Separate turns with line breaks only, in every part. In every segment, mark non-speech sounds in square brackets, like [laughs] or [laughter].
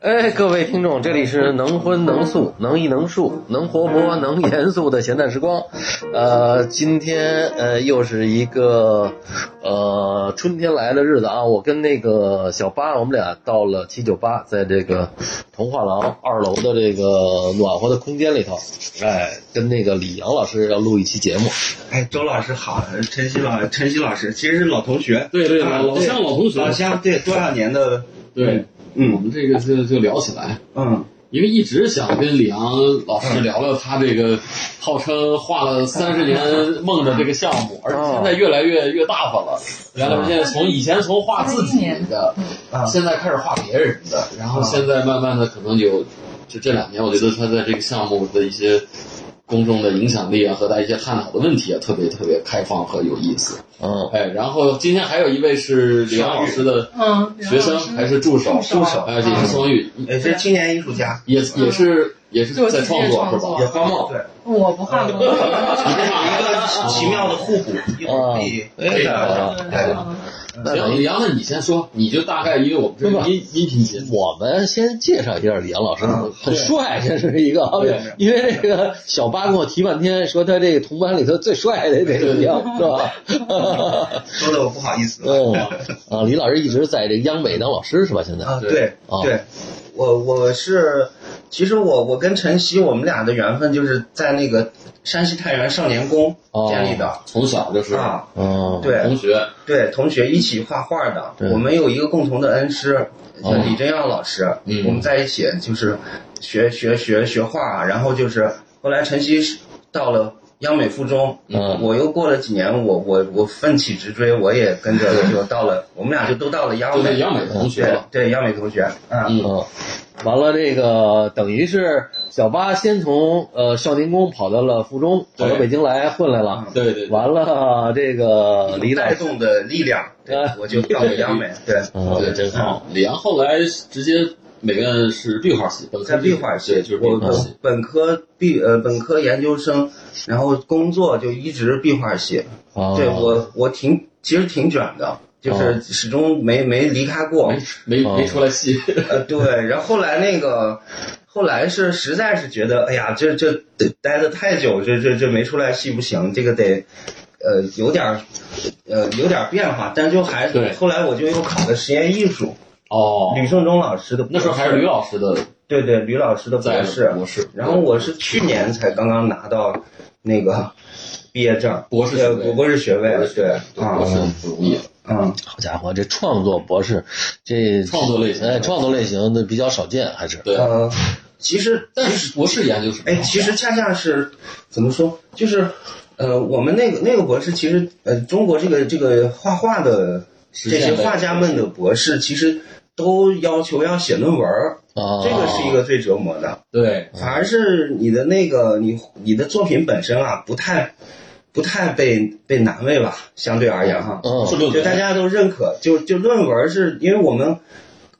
哎，各位听众，这里是能荤能素能艺能术能活泼能严肃的闲淡时光，呃，今天呃又是一个呃春天来的日子啊，我跟那个小八，我们俩到了七九八，在这个童话廊二楼的这个暖和的空间里头，哎，跟那个李阳老师要录一期节目，
哎，周老师好，晨曦老晨曦老师其实是老同学，
对对，
啊
老老
对
乡老同学，
老乡，对多少年的，
对，我
嗯
们这个就就聊起来，
嗯，
因为一直想跟李阳老师聊聊他这个号称画了三十年梦的这个项目，而
哦
且现在越来越越大方了。原来现在从以前从画自己的
啊，
现在开始画别人的，
嗯
然后现在慢慢的可能有，就这两年我觉得他在这个项目的一些。公众的影响力啊，和他一些探讨的问题啊，特别特别开放和有意思。
嗯，
哎，然后今天还有一位是李阳老师的
嗯，
学生还是助手，
助
手
哎，也是双语，
也
啊
是嗯青年艺术家，
也也是也是在创作是
哦
吧？
也
画梦，
[laughs]
对，
我不画萌，
你们有一
哦
哦
个奇妙的互补，一会儿可以
哎
可以
太好了那等
行，
于
李阳，那你先说，你就大概因为我们这
不
个
不
音音频节目，
我们先介绍一下李阳老师，
嗯
很帅，这是一个
对，
因为这个小八跟我提半天，说他这个同班里头最帅的这个李阳是
[laughs]
吧？
说的我不好意思了，
嗯啊，李老师一直在这个央美当老师是吧？现在
啊，
对
对
啊
对，我我是，其实我我跟晨曦我们俩的缘分就是在那个山西太原少年宫
哦
建立的
从小就是
啊，
嗯，
对
同学，
对，同学一起画画的，
对
我们有一个共同的恩师，叫
哦
李真耀老师，
嗯
我们在一起就是学学学学画，然后就是后来晨曦是到了央美附中，
嗯
我又过了几年，我我我奋起直追，我也跟着就到了，我们俩就都到了央
就
美
是，央美的同学
对
了。
对央美同学，嗯，
嗯，
嗯，完了这个等于是小八先从呃少年宫跑到了附中，跑
对
到北京来混来了，
对对，
完了这个嗯李老
嗯带
师，
动的力量，对
啊，
我就到了央美，对，
嗯
对，真好。李阳后来直接美院是壁画系，本科
在壁画
对，
系，
就是壁
我
画
我
系。
本科毕呃本科研究生，然后工作就一直壁画系，
哦
啊
对我我挺其实挺卷的，就是始终没没离开过
没。没没出来戏，
呃，对，然后后来那个，后来是实在是觉得，哎呀，这这得待的太久，这这这没出来戏不行，这个得。呃，有点儿，呃，有点儿变化，但就还
对
后来我就又考的实验艺术，
[laughs] 哦，
吕胜忠老师的博士，
那时候还是吕老师的
对对，吕老师的
在
博士，
博士，
然后我是去年才刚刚拿到那个毕业证，
博士学
呃
位
博博士学位，对，
对
啊
博，士不容易，
嗯，
好家伙，这创作博士，这
创作类型
哎，创作类型的比较少见，还是
对。
呃，其实，
但是博士研究是
哎，其实恰恰是怎么说，就是，呃，我们那个那个博士，其实，呃，中国这个这个画画的
实
这
践
些
类
画家们的博士，其实都要求要写论文儿，
哦
啊，
这个是一个最折磨的，
对
反而是你的那个你你的作品本身啊，不太不太被被难为吧，相对而言哈，
是
嗯
论
就大
文，
家都认可，就就论文是因为我们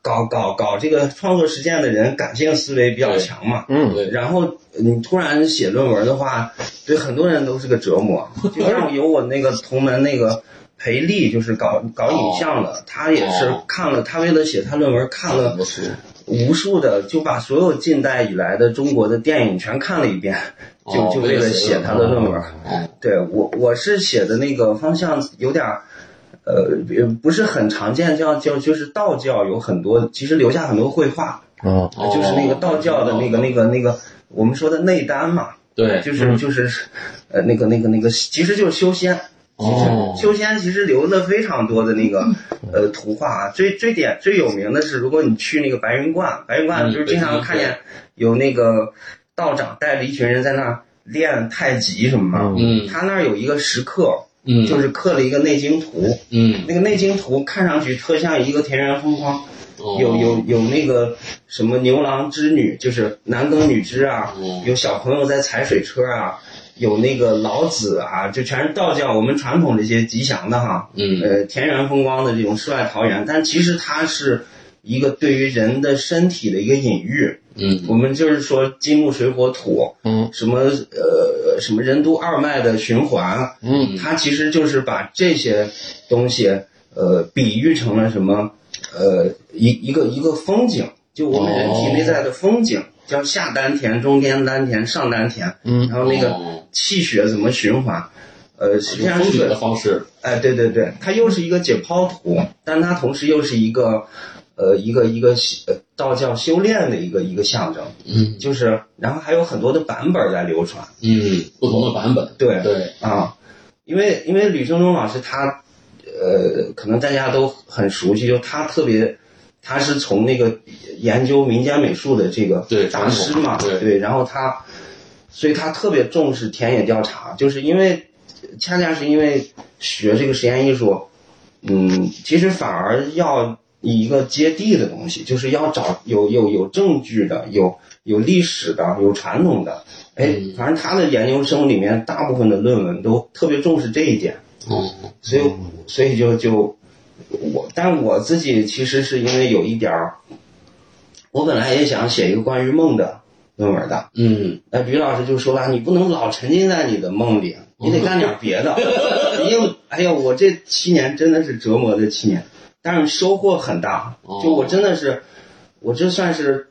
搞搞搞这个创作实践的人感性思维比较强嘛，
嗯，
对，
然后你突然写论文的话，对很多人都是个折磨。就像有我那个同门那个裴丽，就是搞搞影像的，他也是
哦
看了，他为了写他论文看了
博士
无数的，就把所有近代以来的中国的电影全看了一遍，就
哦
就
为
为
了
了
写
写他的论文。对我我是写的那个方向有点儿，呃，也不是很常见，叫叫就是道教有很多，其实留下很多绘画，
嗯，
哦
就是那个道教的那个那个那个我们说的内丹嘛，
对，嗯
就是就是，呃，那个那个那个，其实就是修仙。
哦
修仙其实留了非常多的那个呃图画啊，最最点最有名的是，如果你去那个白云观，白云观
嗯
就是经常看见有那个道长带着一群人在那儿练太极什么嘛，
嗯
嗯
他那儿有一个石刻，
嗯
就是刻了一个内经图，
嗯
那个内经图看上去特像一个田园风光，
哦
有有有那个什么牛郎织女，就是男耕女织啊
嗯，
有小朋友在踩水车啊，有那个老子啊，就全是道教我们传统这些吉祥的哈，
嗯
呃，田园风光的这种世外桃源。但其实它是一个对于人的身体的一个隐喻。
嗯
我们就是说金木水火土，
嗯，
什么呃什么任督二脉的循环，
嗯，
它其实就是把这些东西呃比喻成了什么呃一一个一个风景。就我们人体内在的风景，叫下丹田、中间丹田、上丹田，
嗯
然后那个
哦
气血怎么循环，呃，实际
用
上
风
是
水
个
的方式，
哎，对对对，它又是一个解剖图，但它同时又是一个，呃，一个一个呃道教修炼的一个一个象征，
嗯
就是，然后还有很多的版本在流传，
嗯，不同的版本，
对
对，
啊，因为因为吕胜忠老师他，呃，可能大家都很熟悉，就他特别，他是从那个研究民间美术的这个
对
大师嘛，
传统对
然后他，所以他特别重视田野调查，就是因为恰恰是因为学这个实验艺术，嗯，其实反而要以一个接地的东西，就是要找有有有证据的，有有历史的，有传统的。哎，反正他的研究生里面大部分的论文都特别重视这一点，
哦，
所以所以就就我，但我自己其实是因为有一点儿，我本来也想写一个关于梦的论文的，
嗯，
那吕哎老师就说了，你不能老沉浸在你的梦里，啊你得干点别
[laughs]
的。因为哎呀，我这七年真的是折磨这七年，但是收获很大
哦。
就我真的是，我这算是，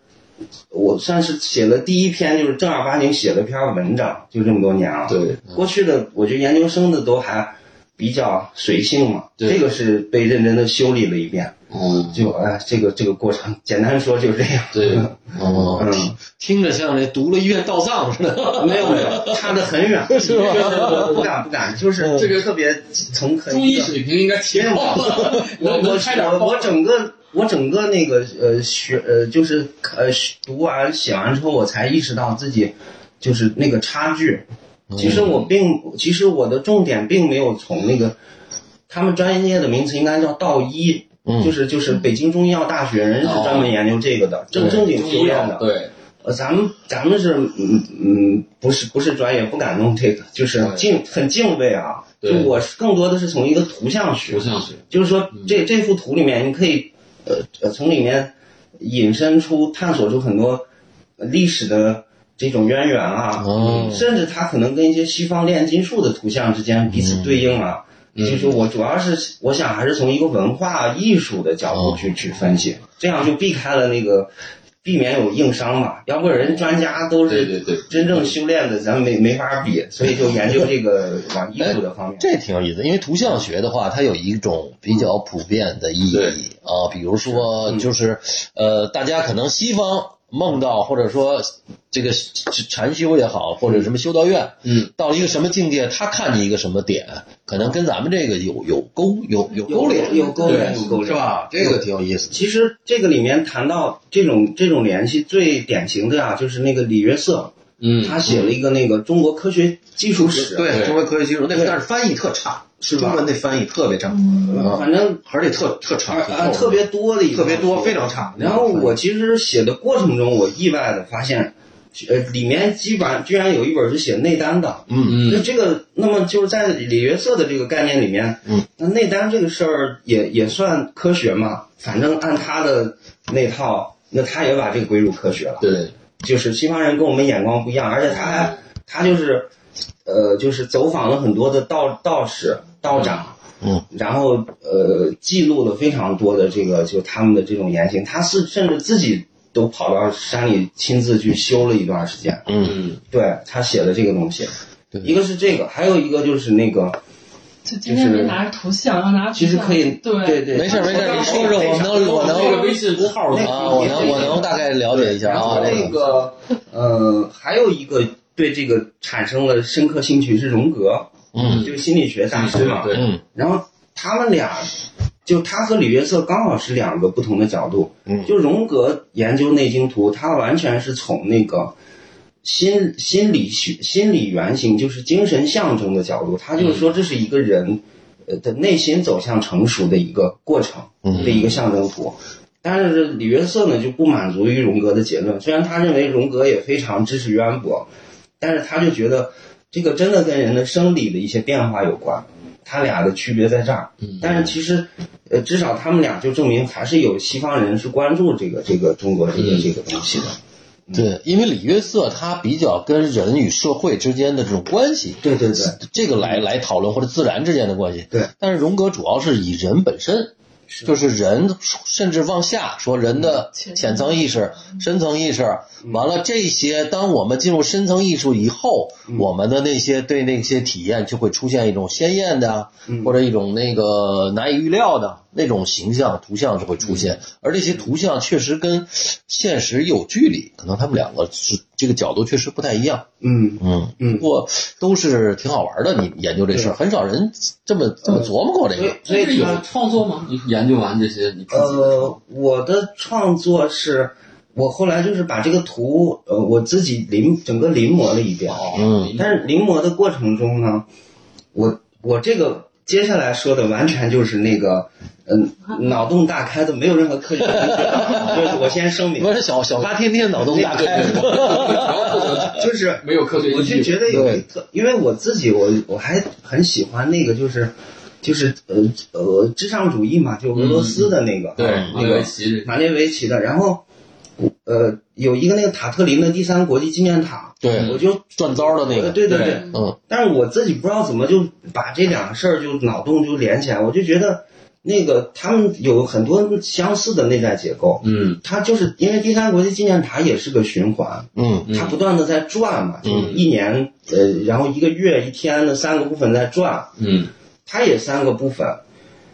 我算是写了第一篇，就是正儿八经写了篇文章，就这么多年了。
对，
过去的我觉得研究生的都还比较随性嘛，
对
这个是被认真的修理了一遍。
哦，
就哎，这个这个过程，简单说就是这样。
对，
嗯
哦，听听着像那读了一遍道藏似的。
[laughs] 没有没有，差得很远，
[laughs] 是吧嗯
不敢不敢，就是这个特别从很
中医水平应该提 [laughs]
[laughs]
升了，
我
能能
我
开点
我我
方
整个我整个那个呃学呃就是呃读完写完之后，我才意识到自己就是那个差距。
嗯
其实我并其实我的重点并没有从那个他们专业的名词应该叫道医，
嗯
就是就是北京中医药大学人是专门研究这个的，正正经修炼的。
对，
呃，咱们咱们是嗯嗯，不是不是专业，不敢弄这个，就是
对
敬很敬畏啊。就
对
我是更多的是从一个图像学
图，像学，嗯
就是说这这幅图里面，你可以呃呃从里面引申出、探索出很多历史的这种渊源啊，
哦
甚至它可能跟一些西方炼金术的图像之间彼
嗯
此对应啊。就是我主要是我想还是从一个文化艺术的角度
哦
去、去分析，这样就避开了那个避免有硬伤嘛，要不人专家都
对
是
对对，
真正修炼的，咱们没没法比，所以就研究这个往艺术的方
哎
面。
这挺有意思，因为图像学的话，它有一种比较普遍的意义
对
啊，比如说就是，呃，大家可能西方梦到或者说这个禅修也好，或者什么修道院，
嗯，
到了一个什么境界，他看见一个什么点，可能跟咱们这个有有勾有有勾连，
有勾连
对
有勾连
是吧？这个挺有意思的。
其实这个里面谈到这种这种联系最典型的啊，就是那个李约瑟，
嗯，
他写了一个那个《中国科学技术史》，
啊
对
对，中国科学技术那个，但是翻译特差，
是吧
中文那翻译特别差，
嗯
呃反
嗯
正
而且特特差，
啊
挺
啊
厚的
特别多的一个
特别多，非常差。
然后我其实写的过程中，我意外的发现，呃，里面基本上居然有一本是写内丹的。
嗯
那这个，那么就是在李约瑟的这个概念里面，
嗯，
那内丹这个事儿也也算科学嘛？反正按他的那套，那他也把这个归入科学了。
对，
就是西方人跟我们眼光不一样，而且他还他就是，呃，就是走访了很多的道道士、道长，
嗯，
然后呃，记录了非常多的这个就他们的这种言行，他是甚至自己都跑到山里亲自去修了一段时间，
嗯，
对他写的这个东西，
对
一个是这个，还有一个就是那个，
就今天没拿着图像，要拿图像
其实可以，
对
对对，
没事没事，你说说，我能我
那个
能
微信公号的
啊，我能我能大概了解一下
然后
啊，
那
这个
个，呃，还有一个对这个产生了深刻兴趣是荣格，
嗯，
就是心理学大师嘛。
对，
嗯
然后他们俩，就他和李约瑟刚好是两个不同的角度。
嗯
就荣格研究内经图，他完全是从那个心心理学、心理原型，就是精神象征的角度，他就是说这是一个人呃的内心走向成熟的一个过程
嗯
的一个象征图。但是李约瑟呢就不满足于荣格的结论，虽然他认为荣格也非常知识渊博，但是他就觉得这个真的跟人的生理的一些变化有关，他俩的区别在这儿。但是其实，呃，至少他们俩就证明还是有西方人是关注这个这个中国这个这个东西的。
对，因为里约瑟他比较跟人与社会之间的这种关系，
对对对
这个来来讨论或者自然之间的关系。
对，
但是荣格主要是以人本身就是人甚至往下说人的浅层意识、深层意识，完了这些，当我们进入深层艺术以后，我们的那些对那些体验就会出现一种鲜艳的，
嗯
或者一种那个难以预料的那种形象、图像就会出现，而这些图像确实跟现实有距离，可能他们两个是这个角度确实不太一样。
嗯
嗯，
嗯
不过都是挺好玩的。你研究这事儿，很少人这么这么琢磨过这
所以
个。
所
这是
以
有创作吗？你研究完这些，你自己
呃，我的创作是，我后来就是把这个图，呃，我自己临整个临摹了一遍。
哦
嗯
但是临摹的过程中呢，我我这个接下来说的完全就是那个，嗯、脑洞大开的，没有任何科学根据。就是我先声明
不，是小小八天天脑洞大开，
就是
没有科学依据
我就觉得有一特，因为我自己我我还很喜欢那个就是。就是呃呃，至上主义嘛，就俄罗斯的那个，
对
那
马
个
维奇这
马列维奇的，然后呃有一个那个塔特林的第三国际纪念塔，
对
我就
转遭的那个，
对对
对
对，
嗯，
但是我自己不知道怎么就把这两个事儿就脑洞就连起来，我就觉得那个他们有很多相似的内在结构，
嗯
它就是因为第三国际纪念塔也是个循环，
嗯
它不断的在转嘛，就
嗯
一年呃，然后一个月一天的三个部分在转，
嗯
它也三个部分，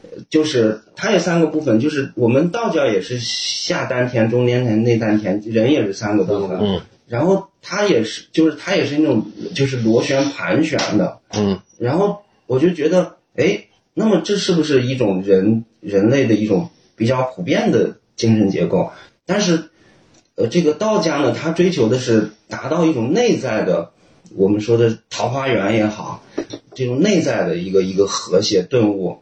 呃就是它也三个部分，就是我们道教也是下丹田、中丹田、内丹田，人也是三个部分。
嗯
然后它也是，就是它也是那种就是螺旋盘旋的。
嗯
然后我就觉得，哎，那么这是不是一种人人类的一种比较普遍的精神结构？但是，呃，这个道家呢，它追求的是达到一种内在的，我们说的桃花源也好，这种内在的一个一个和谐顿悟。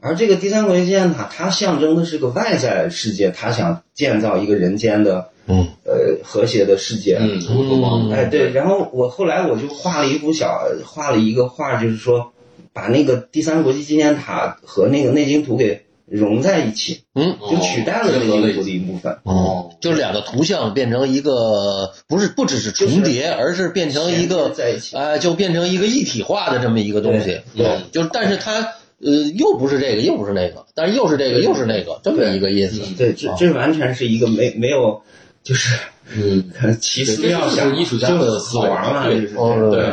而这个第三国际建塔，它象征的是个外在世界，它想建造一个人间的
嗯
呃和谐的世界。
嗯，从头往
哎，对，然后我后来我就画了一幅小，画了一个画，就是说把那个第三国际纪念塔和那个内经图给融在一起，
嗯，
就取代了
结
内
合了
经图的
一起
一部分。
哦，
就是两个图像变成一个，不是不只是重叠，而是变成一个
衔接在一起
哎，就变成一个一体化的这么一个东西。
对
嗯，就是但是它呃又不是这个又不是那个，但是又是这个又是那个这么一个意思。
对，这这完全是一个没没有，就是
嗯，
可能奇思
对这
妙
就是
想，
艺术家的
就是
思
好
维
玩嘛，
对
就是这样
哦，
对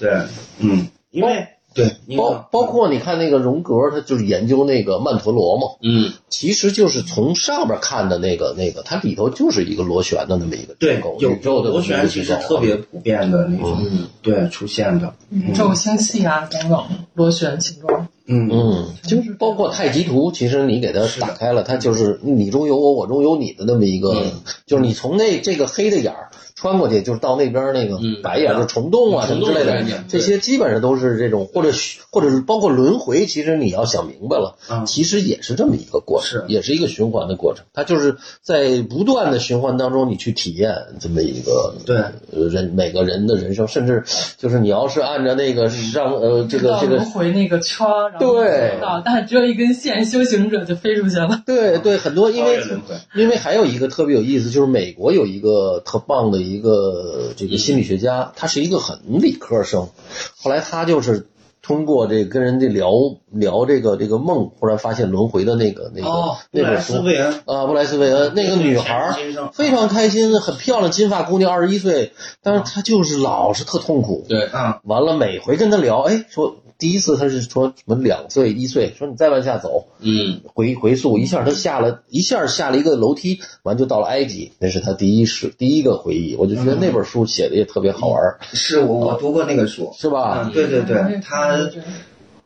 对，嗯，因为对，你嗯
包
看
包括你看那个荣格，他就是研究那个曼陀罗嘛，
嗯
其实就是从上边看的那个那个，它里头就是一个螺旋的那么一个
对
结构，
有
宇宙的
螺旋，其实特别普遍的那种，
嗯
对出现的，
宇宙、星系啊等等，螺旋形状。
嗯
嗯，就是包括太极图，其实你给它打开了，它就是你中有我，我中有你的那么一
嗯
个，就是你从那这个黑的眼儿穿过去，就是到那边那个
嗯
白眼儿，就虫洞啊什
虫
么
洞
之类
的概
的
念，
这些基本上都是这种，或者或者是包括轮回，其实你要想明白了，
嗯
其实也是这么一个过程，
是
也是一个循环的过程，它就是在不断的循环当中，你去体验这么一个
对
呃人每个人的人生，甚至就是你要是按照那个上呃这
知
个
道
这个
轮回那个圈儿，然后
对
知道，但是只有一根线，修行者就飞出去了。
对对，很多因
超
为
越轮回
因为还有一个特别有意思，就是美国有一个特棒的一个这个心理学家，他是一个很理科生，后来他就是通过这跟人家聊聊这个这个梦，忽然发现轮回的那个那个、
哦，
那
布
本
莱斯
书
韦恩
啊，布莱斯韦恩那个女孩儿
前世今生
非常开心，很漂亮，金发姑娘，二十一岁，但是
嗯
她就是老是特痛苦，
对，
啊，
完了每回跟她聊，哎，说第一次她是说什么两岁一岁，说你再往下走，
嗯
回回溯一下，他下了一下下了一个楼梯，完就到了埃及，那是他第一是第一个回忆。我就觉得那本书写的也特别好玩儿，
是我我读过那个书，
是吧？
嗯，对对对，他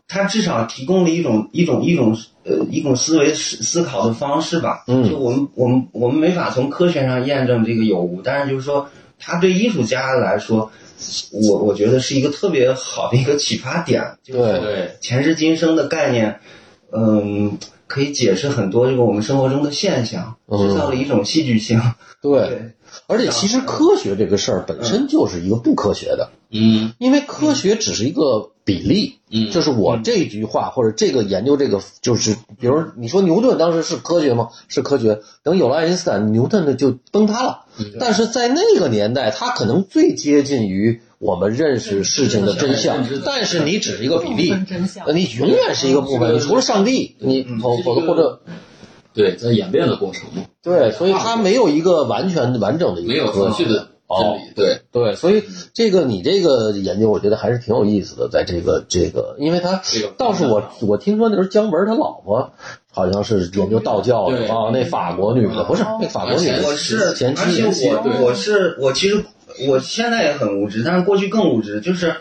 他至少提供了一种一种一种呃一种思维思思考的方式吧。
嗯
就我们我们我们没法从科学上验证这个有无，但是就是说，他对艺术家来说，我我觉得是一个特别好的一个启发点，就是
对
对，
前世今生的概念，嗯，可以解释很多这个我们生活中的现象，
嗯
制造了一种戏剧性。
对，
对，
而且其实科学这个事儿本身就是一个不科学的，
嗯
因为科学只是一个比例。
嗯，
就是我这句话或者这个研究这个，就是比如你说牛顿当时是科学吗？是科学。等有了爱因
嗯
斯坦，牛顿的就崩塌了。但是在那个年代，他可能最接近于我们认识事情的真相
认知，
但是你只是一个比例
部，分真相
呃，你永远是一个部分，你除了上帝，你
嗯
否否则或者
对，在演变的过程嘛，
对，所以它没有一个完全完整的一个
没有
科
存
学
续的真理，对，
对，所以这个你这个研究，我觉得还是挺有意思的，在这个这个，因为他
这个
倒是我我听说那时候姜文他老婆好像是研究道教
对
的啊，那法国女的不是那法国女的，
我是，
前
而且
妻
我我是我其实我现在也很无知，但是过去更无知，就是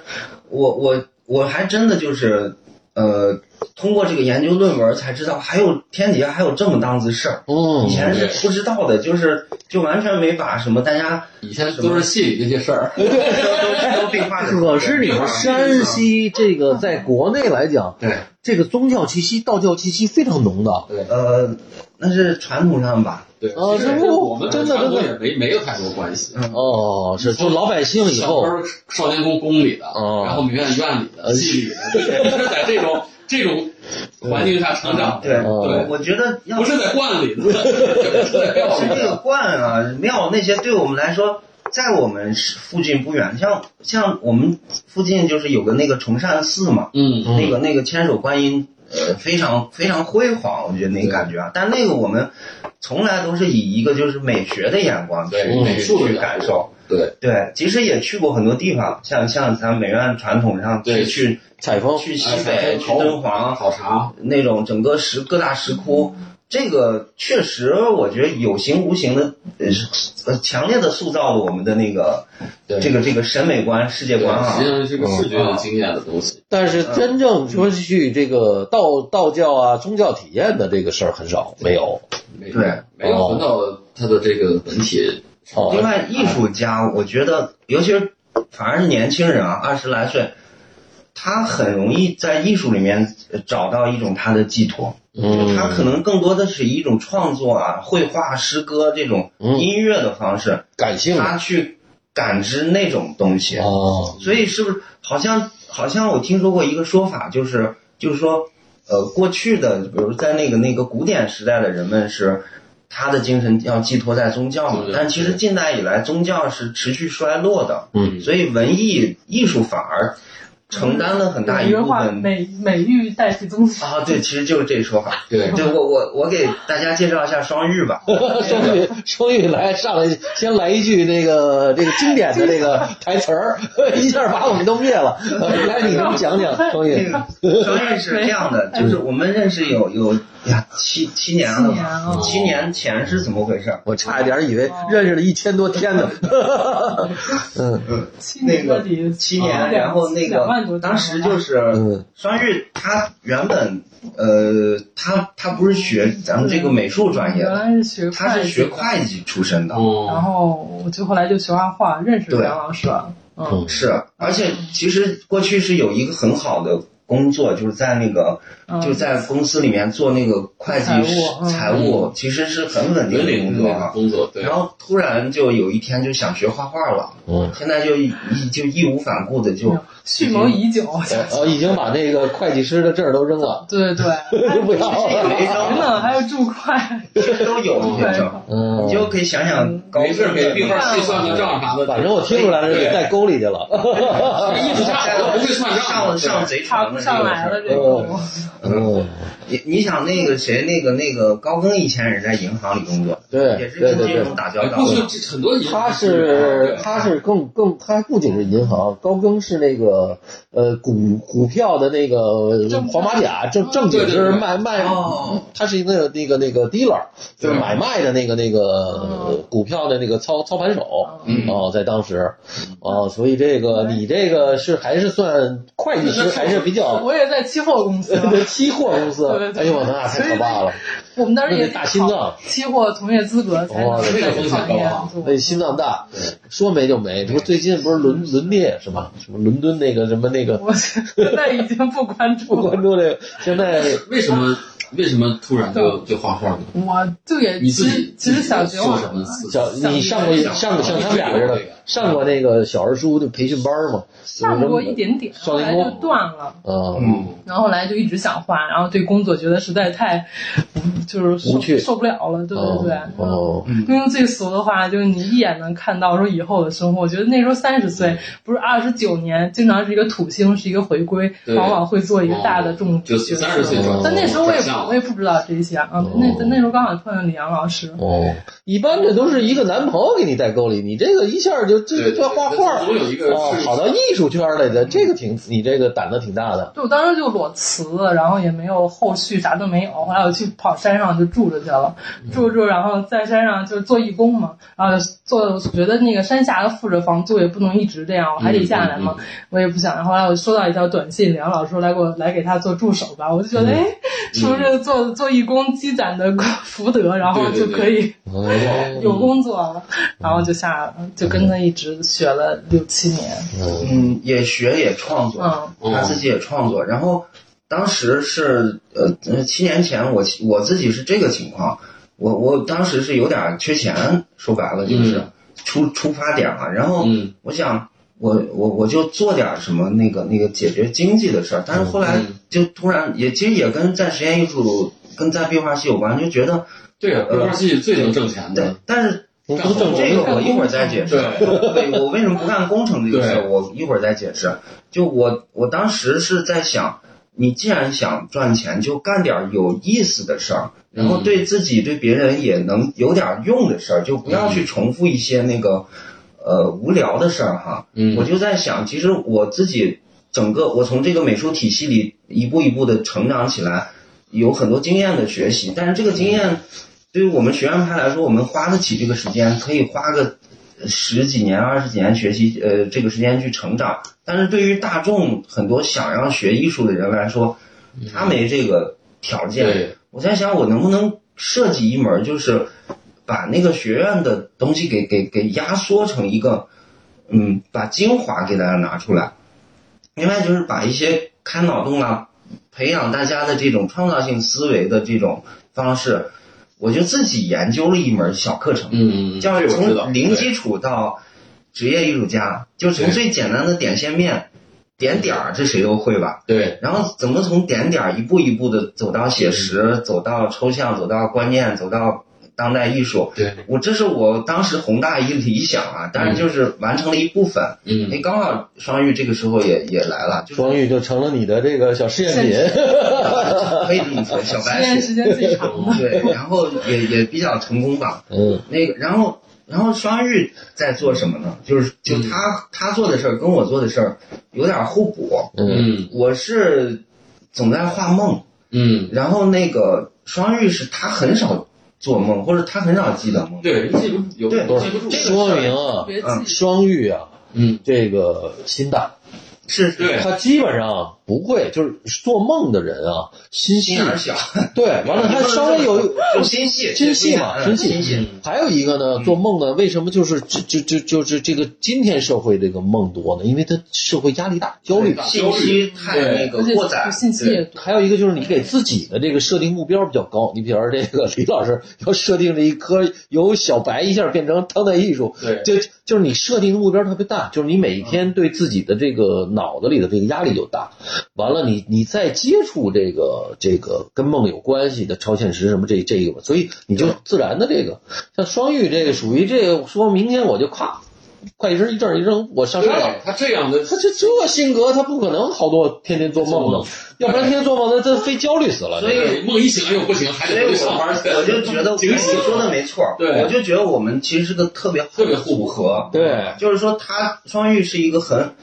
我我我还真的就是呃，通过这个研究论文才知道，还有天底下还有这么档子事儿，
嗯
以，前是不知道的，就是就完全没把什么大
[laughs]
家
以前都是戏里那些事儿，
哦都都被
[laughs]
画的。
可是你们山西这个在国内来讲，
对，
这个宗教气息、道教气息非常浓的，
呃，那是传统上吧，
对，
啊
其实
这
跟
不
我们
真的
传统
真的
也没没有太多关系。
哦，是就老百姓以
小
后
偷，儿少年宫宫里的，
哦呃
然后美院院里的，
[laughs]
戏里的， [laughs] 就是在这种这种环境下成长的，
对，
哦
我我觉得要
不是在罐里的，不是在庙
是
里
这个
的。
观啊庙那些，对我们来说，在我们附近不远。像像我们附近就是有个那个崇善寺嘛，
嗯，
那个那个千手观音，呃，非常非常辉煌，我觉得那个感觉
嗯
啊。但那个我们从来都是以一个就是美学的眼光去
对，美术的
去
角度
感受。，
对
对，其实也去过很多地方，像像咱们美院传统上
对哦啊
去去
采风，
去西北、去敦煌，
考察，
那种整个石各大石窟，
嗯
这个确实我觉得有形无形的，呃呃，强烈的塑造了我们的那个
对
这个这个审美观、世界
对
观啊
实际。上是个视觉的经验的东西。
但是真正说去这个道道教啊宗教体验的这个事儿很少，没有。
没
对，
没有回到它的这个本体。
哦
另外，艺术家，我觉得尤其是反而是年轻人啊，二十来岁，他很容易在艺术里面呃找到一种他的寄托。
嗯，
他可能更多的是以一种创作啊、绘画、诗歌这种
嗯
音乐的方式，
感性的
他去感知那种东西。
哦， [laughs]
所以是不是好像好像我听说过一个说法，就是就是说，呃，过去的比如在那个那个古典时代的人们是。他的精神要寄托在宗教嘛
对，
但其实
对
近代以来宗教是持续衰落的，
嗯
所以文艺艺术反而承担了很大一
有
部
句话
分
美美育代替宗教，
啊，对，其实就是这说法。
对，
对我我我给大家介绍一下双玉吧，
双语双语来上来先来一句那个这个经典的这个台词儿， [laughs] 一下把我们都灭了。 [laughs] 来，你给我们讲讲双
这
语。
个双玉是这样的，就是我们认识有有呀七七年了
七年
吧
了，
七年前是怎么回事？
我差一点以为认识了一千多天呢。嗯
七年到底
七年，
啊
然后那
两万多
个当时就
嗯
是双玉，他原本呃，他他不是学咱们这个美术专业
原
的，
来是学
他是学
会计
会计出身的，
的，然
哦，
后我就后来就学画画，认识
对
梁老师了，嗯，
嗯
是，啊而且其实过去是有一个很好的。工作就是在那个、
嗯
就在公司里面做那个会计
财务嗯
财务其实是很稳定
文
的
领
工作啊。
工作，对
然，后突然就有一天就想学画画了，
嗯，
现在就一就义无反顾的就
蓄谋已久，
[laughs]
嗯
哦，已经把那个会计师的证儿都扔了， [laughs]
对 [laughs] 对，
就不要了。
没招
等等还有注会，
都有一些证。
嗯
你，就可以想想高
没事儿给壁画细算个账啥的，
反正我听出来了，你带沟里去了。
艺术家我不会算账
啊上
的，
上贼
插
船
不
了
上来了
这
这种，
[laughs] 嗯，
你你想那个谁，那个那个高更以前也是在银行里工作，
对
也是
对
跟
对
金
对
融。打交
对，
道
哎过去
的。
这很多银行
他是他是更更他不仅是银行，高更是那个呃股股票的那个呃
证
黄马甲正正经
对对
是
对
卖卖
哦，
他是一个那个那个 dealer，就是
对
买卖的那个那个
哦
股票的那个操操盘手
嗯
哦，在当时哦，所以这个你这个是还是算会计师，还是比较
我也在期货公司嘛，
[laughs] 期货公司
对对，对
哎呦我那太可怕了，
我们当时
那
也
得大心脏。
期货从业资格才能
哦
在
那个
这行
风险
业
高啊
做。
那心脏大，说没就没。这不最近不是伦伦列是吧？什么伦敦那个什么那个，
我现在已经不关
不
注了，
关注这个，现在
为什么
少。
为什么突然就就画画呢？
我这个
你
其
自
实
己
其实小学
受
我
什么刺激？
小你上过上过像他们俩似的上过那个小儿书的培训班吗？
上过一点点，
少
后
林
来
功
就断了。
啊，
嗯，
然后后来就一直想画，然后对工作觉得实在太，嗯就是受
无趣
受不了了，对对对。
啊哦，
嗯用最俗的话，就是你一眼能看到说以后的生活。我觉得那时候三十
嗯
岁，不是二十九年，经常是一个土星，是一个回归，
对哦
往往会做一个大的重
就
角色
三十岁转，
但那时候我也不我
也
也不知道这些啊，那
哦
那时候刚好碰上李阳老师，
哦，一般这都是一个男朋友给你带沟里，你这个一下就这就画画，
总有一个
哦，跑到艺术圈来的，这个挺你这个胆子挺大的。
就我当时就裸辞，然后也没有后续，啥都没有。后来我去跑山上就住着去了，住着住着，然后在山上就做义工嘛，然后做我觉得那个山下的付着房租也不能一直这样，我还得下来嘛，我也不想。然后后来我收到一条短信，梁老师说来给我来给他做助手吧，我就觉得哎，是不是做做义工积攒的福德，然后
对
就
对对
可以
嗯
有工作了，然后就下来了，就跟他一直学了六七年，
嗯，也学也创
哦
作，
嗯
他自己也创作。然后当时是呃呃七年前我我自己是这个情况，我我当时是有点缺钱，说白了就是出出发点嘛。然后
嗯
我想我我我就做点什么那个那个解决经济的事儿，但是后来
嗯
就突然也其实也跟在实验艺术跟在壁画系有关，就觉得
对啊，国画系最能挣钱
对
的，，
但是
您都正
这个我一会儿再解释。对，我为什么不干工程这个事
对
儿，我一会儿再解释。就我我当时是在想，你既然想赚钱，就干点儿有意思的事儿，然后对自己对别人也能有点儿用的事儿，就不要去重复一些那个呃无聊的事儿哈。
嗯
我就在想，其实我自己整个我从这个美术体系里一步一步的成长起来，有很多经验的学习，但是这个经验。对于我们学院派来说，我们花得起这个时间，可以花个十几年、二十几年学习，呃，这个时间去成长。但是对于大众很多想要学艺术的人来说，他没这个条件。
对，
我在想，我能不能设计一门，就是把那个学院的东西给给给压缩成一个，嗯，把精华给大家拿出来。另外就是把一些开脑洞啊，培养大家的这种创造性思维的这种方式，我就自己研究了一门小课程。
嗯，
叫
这我知道
从零基础到职业艺术家，就从
对
最简单的点线面、点点儿，这谁都会吧？
对，
然后怎么从点点儿一步一步的走到写
嗯
实，走到抽象，走到观念，走到当代艺术？
对，
我这是我当时宏大一理想啊，当然就是完成了一部分。
嗯
哎，刚好双玉这个时候也也来了，就是
双玉就成了你的这个小试验品。
可以这么说，
[laughs]
小
实
白
验
是
时间最长的。
对，然后也也比较成功吧。
嗯，
那个，然后然后双玉在做什么呢？就是就他、他做的事儿跟我做的事儿有点互补。
嗯
我是总在画梦，
嗯，
然后那个双玉是他很少做梦，或者他很少记得梦。
对，记不有
对
记不住，
说明啊，
别记
嗯
双玉啊，
嗯，
这个心大，
是是
对
他基本上不会，就是做梦的人啊，心细
心。眼儿小，
对，完 [laughs] 了他稍微
[laughs]
有
就心细，
心细嘛，
心
心细。
细。
还有一个呢，做梦呢，为什么就是就就就就是这个今天社会这个梦多呢？因为他社会压力大，焦虑。
信息太那个
而且
过载，
信息也
对
多。
还有一个就是你给自己的这个设定目标比较高，你比如说这个李老师 [laughs] 要设定了一颗由小白一下变成当代艺术，
对
就就是你设定的目标特别大，就是你每一天对自己的这个脑子里的这个压力就大，完了你你再接触这个这个跟梦有关系的超现实什么这这个，所以你就自然的这个像双玉这个属于这个说明天我就跨，快一阵一阵一阵我上
对
山了。
他这样的
他这这性格，他不可能好多天天做梦的，要不然天天做梦，那这非焦虑死了。
所以
对梦一醒又不行，还
所以
得
我
回去上班去。
我就觉得
警
你
醒
说的没错儿，
对
我就觉得我们其实是个特别
特别互
互
补
合，
对
就是说他双玉是一个很，呃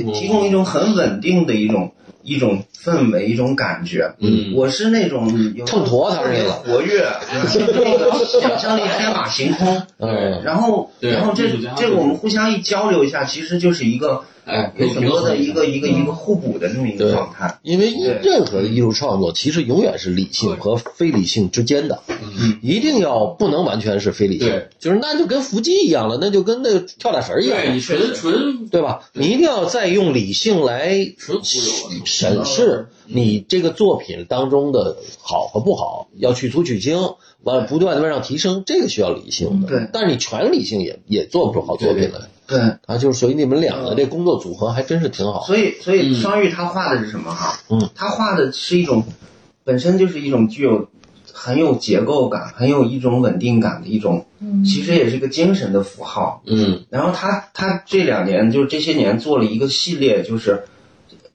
嗯
提供一种很稳定的一种一种氛围一种感觉。
嗯
我是那种有
秤砣他是那个
活
[laughs]
跃，然后那个想象力天马行空，
嗯，
然后
对
然后这
艺术家
这个我们互相一交流一下，其实就是一个
哎，
有很多的一个一个
嗯
一个互补的这么一个
对
状态。
因为
对
任何的艺术创作其实永远是理性和非理性之间的，
嗯
一定要不能完全是非理性
对，
就是那就跟伏击一样了，那就跟那个跳大神一样
[laughs] 对
了，
你纯纯
对吧？你一定要再用理性来
纯忽悠啊
审视你这个作品当中的好和不好要去除取经，完了不断的往上提升，这个需要理性的。
嗯对
但是你全理性也也做不出好作品来。
对，
啊，就是所以你们俩的这工作组合还真是挺好。
所以所以
嗯
双玉他画的是什么哈？
嗯，
他画的是一种，本身就是一种具有很有结构感、很有一种稳定感的一种，
嗯
其实也是一个精神的符号。
嗯
然后他他这两年就是这些年做了一个系列，就是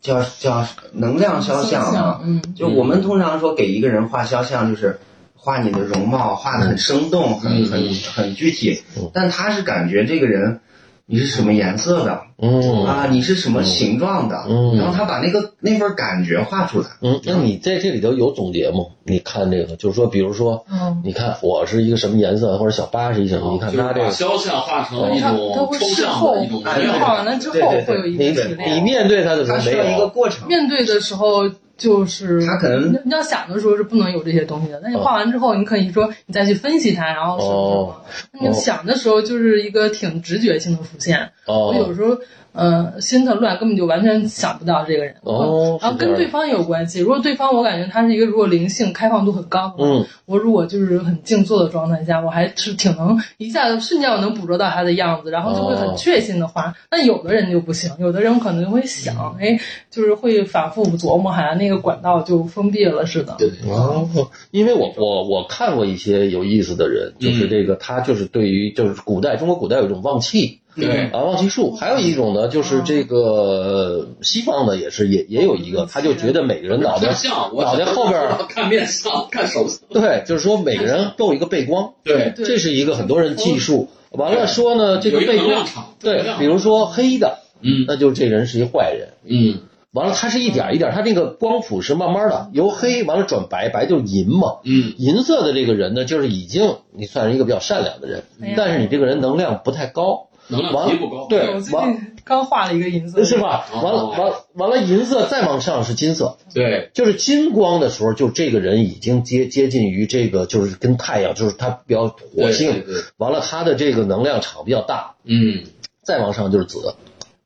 叫叫能量肖像啊。
嗯
就我们通常说给一个人画肖像，就是画你的容貌，画的很生动，很很很具体
嗯。
但他是感觉这个人你是什么颜色的
嗯
啊，你是什么形状的，
嗯
然后他把那个那份感觉画出来。
嗯，那你在这里头有总结吗？你看这个，就是说，比如说，
嗯，
你看我是一个什么颜色，或者小八是一个什么，你
哦
看
就是
他这
把
个。
肖像化成一
它它
种
会
抽
事
象
后，
的一种
你
能量
画完了之后
对对对
会有一
你
个提
你
炼。
面对他的时
它
候
需
没
要一个
有，
过程，
面对的时候就是
他可能
你你要想的时候是不能有这些东西的。那你
哦
画完之后，你可以说你再去分析它，然后什
哦
么什么。那你想的时候就是一个挺直觉性的浮现。我有
哦
时候呃心特乱，根本就完全想不到这个人。嗯
哦，
然后跟对
方，
方也有关系。如果对方我感觉他是一个如果灵性开放度很高的话，
嗯
我如果就是很静坐的状态下，我还是挺能一下子瞬间我能捕捉到他的样子，然后就会
哦
很确信的画。但有的人就不行，有的人可能就会想，
嗯
哎，就是会反复琢磨，好像那个管道就封闭了似的。
对，
哦，因为我我我看过一些有意思的人，就是
嗯
这个他就是对于就是古代中国古代有一种忘气
对，
啊忘气术，还有一种呢
哦
就是这个呃西方的也是也也有一个，
哦
他就觉得每个人脑袋
看相，我
脑袋后边儿
[laughs] 看面相，看手相，
[laughs] 对，就是说每个人都有一个背光，
[laughs] 对，
对
这是一个很多人技术。完了
对
说呢，这
有一
背
能量
光
场，能
对，
量
比如说黑的，
嗯
那就这人是一坏人。
嗯
完了，它是一点儿一点儿，它这个光谱是慢慢的由黑完了转白，白就是银嘛。
嗯，
银色的这个人呢，就是已经你算是一个比较善良的人
哎呀，
但是你这个人能量不太高，
能量级不高，
对
我最近刚画了一个银色的，
是吧？
哦
完了，完完了，银色再往上是金色，
对，
就是金光的时候，就这个人已经接接近于这个，就是跟太阳，就是他比较火
对对
性。
对，
完了，他的这个能量场比较大，
嗯，
再往上就是子。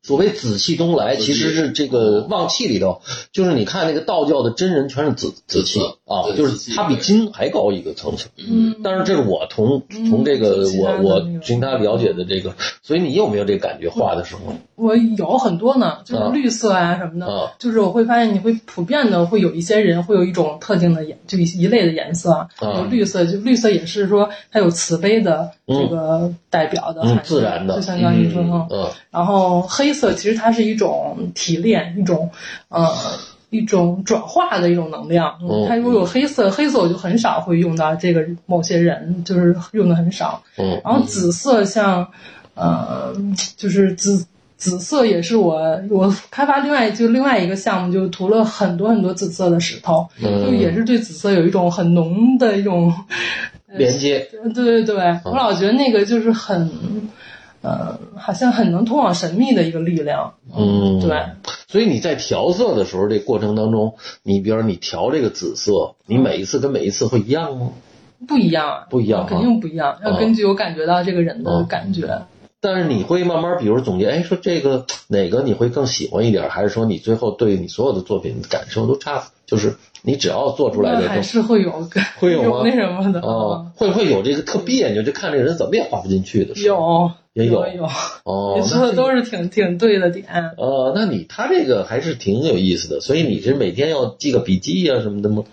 所谓紫气东来，
紫气
其实是这个旺气里头，就是你看那个道教的真人全是紫紫气
紫
啊，
对
就是它比金还高一个层次。
嗯，
但是这是我从
嗯
从这个
其他
我
的
我
那个
从他了解的这个，所以你有没有这感觉画的时候
我有很多呢，就
啊
是绿色啊什么的，
啊
就是我会发现你会普遍的会有一些人会有一种特定的颜，就一一类的颜色，啊、有绿色，就绿色也是说它有慈悲的
嗯
这个代表的
嗯
含义，
自然的
就相当于说哈，
嗯
然后黑色其实它是一种提炼，一种呃一种转化的一种能量。
嗯
它如果有黑色，黑色我就很少会用到这个某些人，就是用的很少。
嗯
然后紫色像，呃，就是紫紫色也是我我开发另外就另外一个项目，就涂了很多很多紫色的石头，就
嗯，
也是对紫色有一种很浓的一种，
连接
对对对，
哦
我老觉得那个就是很，呃，好像很能通往神秘的一个力量，
嗯
对。
所以你在调色的时候，这过程当中，你比如说你调这个紫色，你每一次跟每一次会一样吗？
不一样啊，
不一样啊
肯定不一样，要根据我感觉到这个人的
嗯
感觉。
但是你会慢慢，比如总结，哎，说这个哪个你会更喜欢一点，还是说你最后对你所有的作品感受都差不，就是你只要做出来的
还
都
是会有
[laughs] 会有
有
吗
那什么的，
哦，会不会有这个特别扭，就看这个人怎么也画不进去的时候？
有
也有
有有，
哦
你，
那
说的
这
都是挺挺对的点。
哦，那你他这个还是挺有意思的，所以你是每天要记个笔记呀、什么的吗？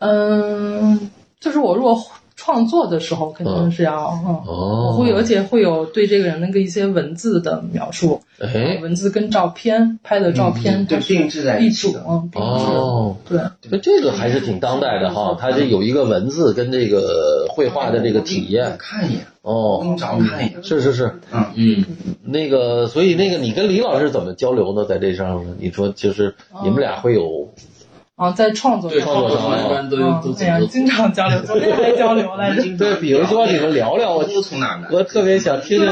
嗯，就是我如果创作的时候，肯定是要，嗯，
哦，
我会有，而且会有对这个人的一些文字的描述，
哎，
文字跟照片拍的照片，
嗯对，定制在
一
一起
组
的，，
嗯并不是
哦，
对，
那这个还是挺当代的哈，它是有一个文字跟这个绘画的这个体
我
验
看一眼，我
哦，
能找看一眼。
是是是，
嗯，
那个，所哦以那个你跟李老师怎么交流呢？在这上面，你说就是你们俩会有
啊，在创作
对
上，
创作上一般都都
嗯，哎呀，经常交流，
[laughs]
昨天还交流来着。
对，比如说你们聊聊，我
都从哪儿来？
我特别想听听。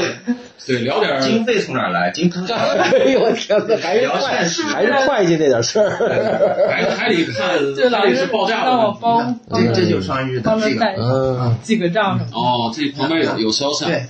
对聊点儿
经费从哪儿来？经费
[laughs] 哎呦我天哪，还是
聊
会
善事，
还是会计这点事儿。 [laughs]
还还得看
[laughs] [laughs] 对，老
还得
师
是爆炸的
让我
问题。
帮帮
这
着
这就是双日
帮
的这
着
个。
带
嗯，
记个账什么的。
哦，这旁边有有啊肖像，
对，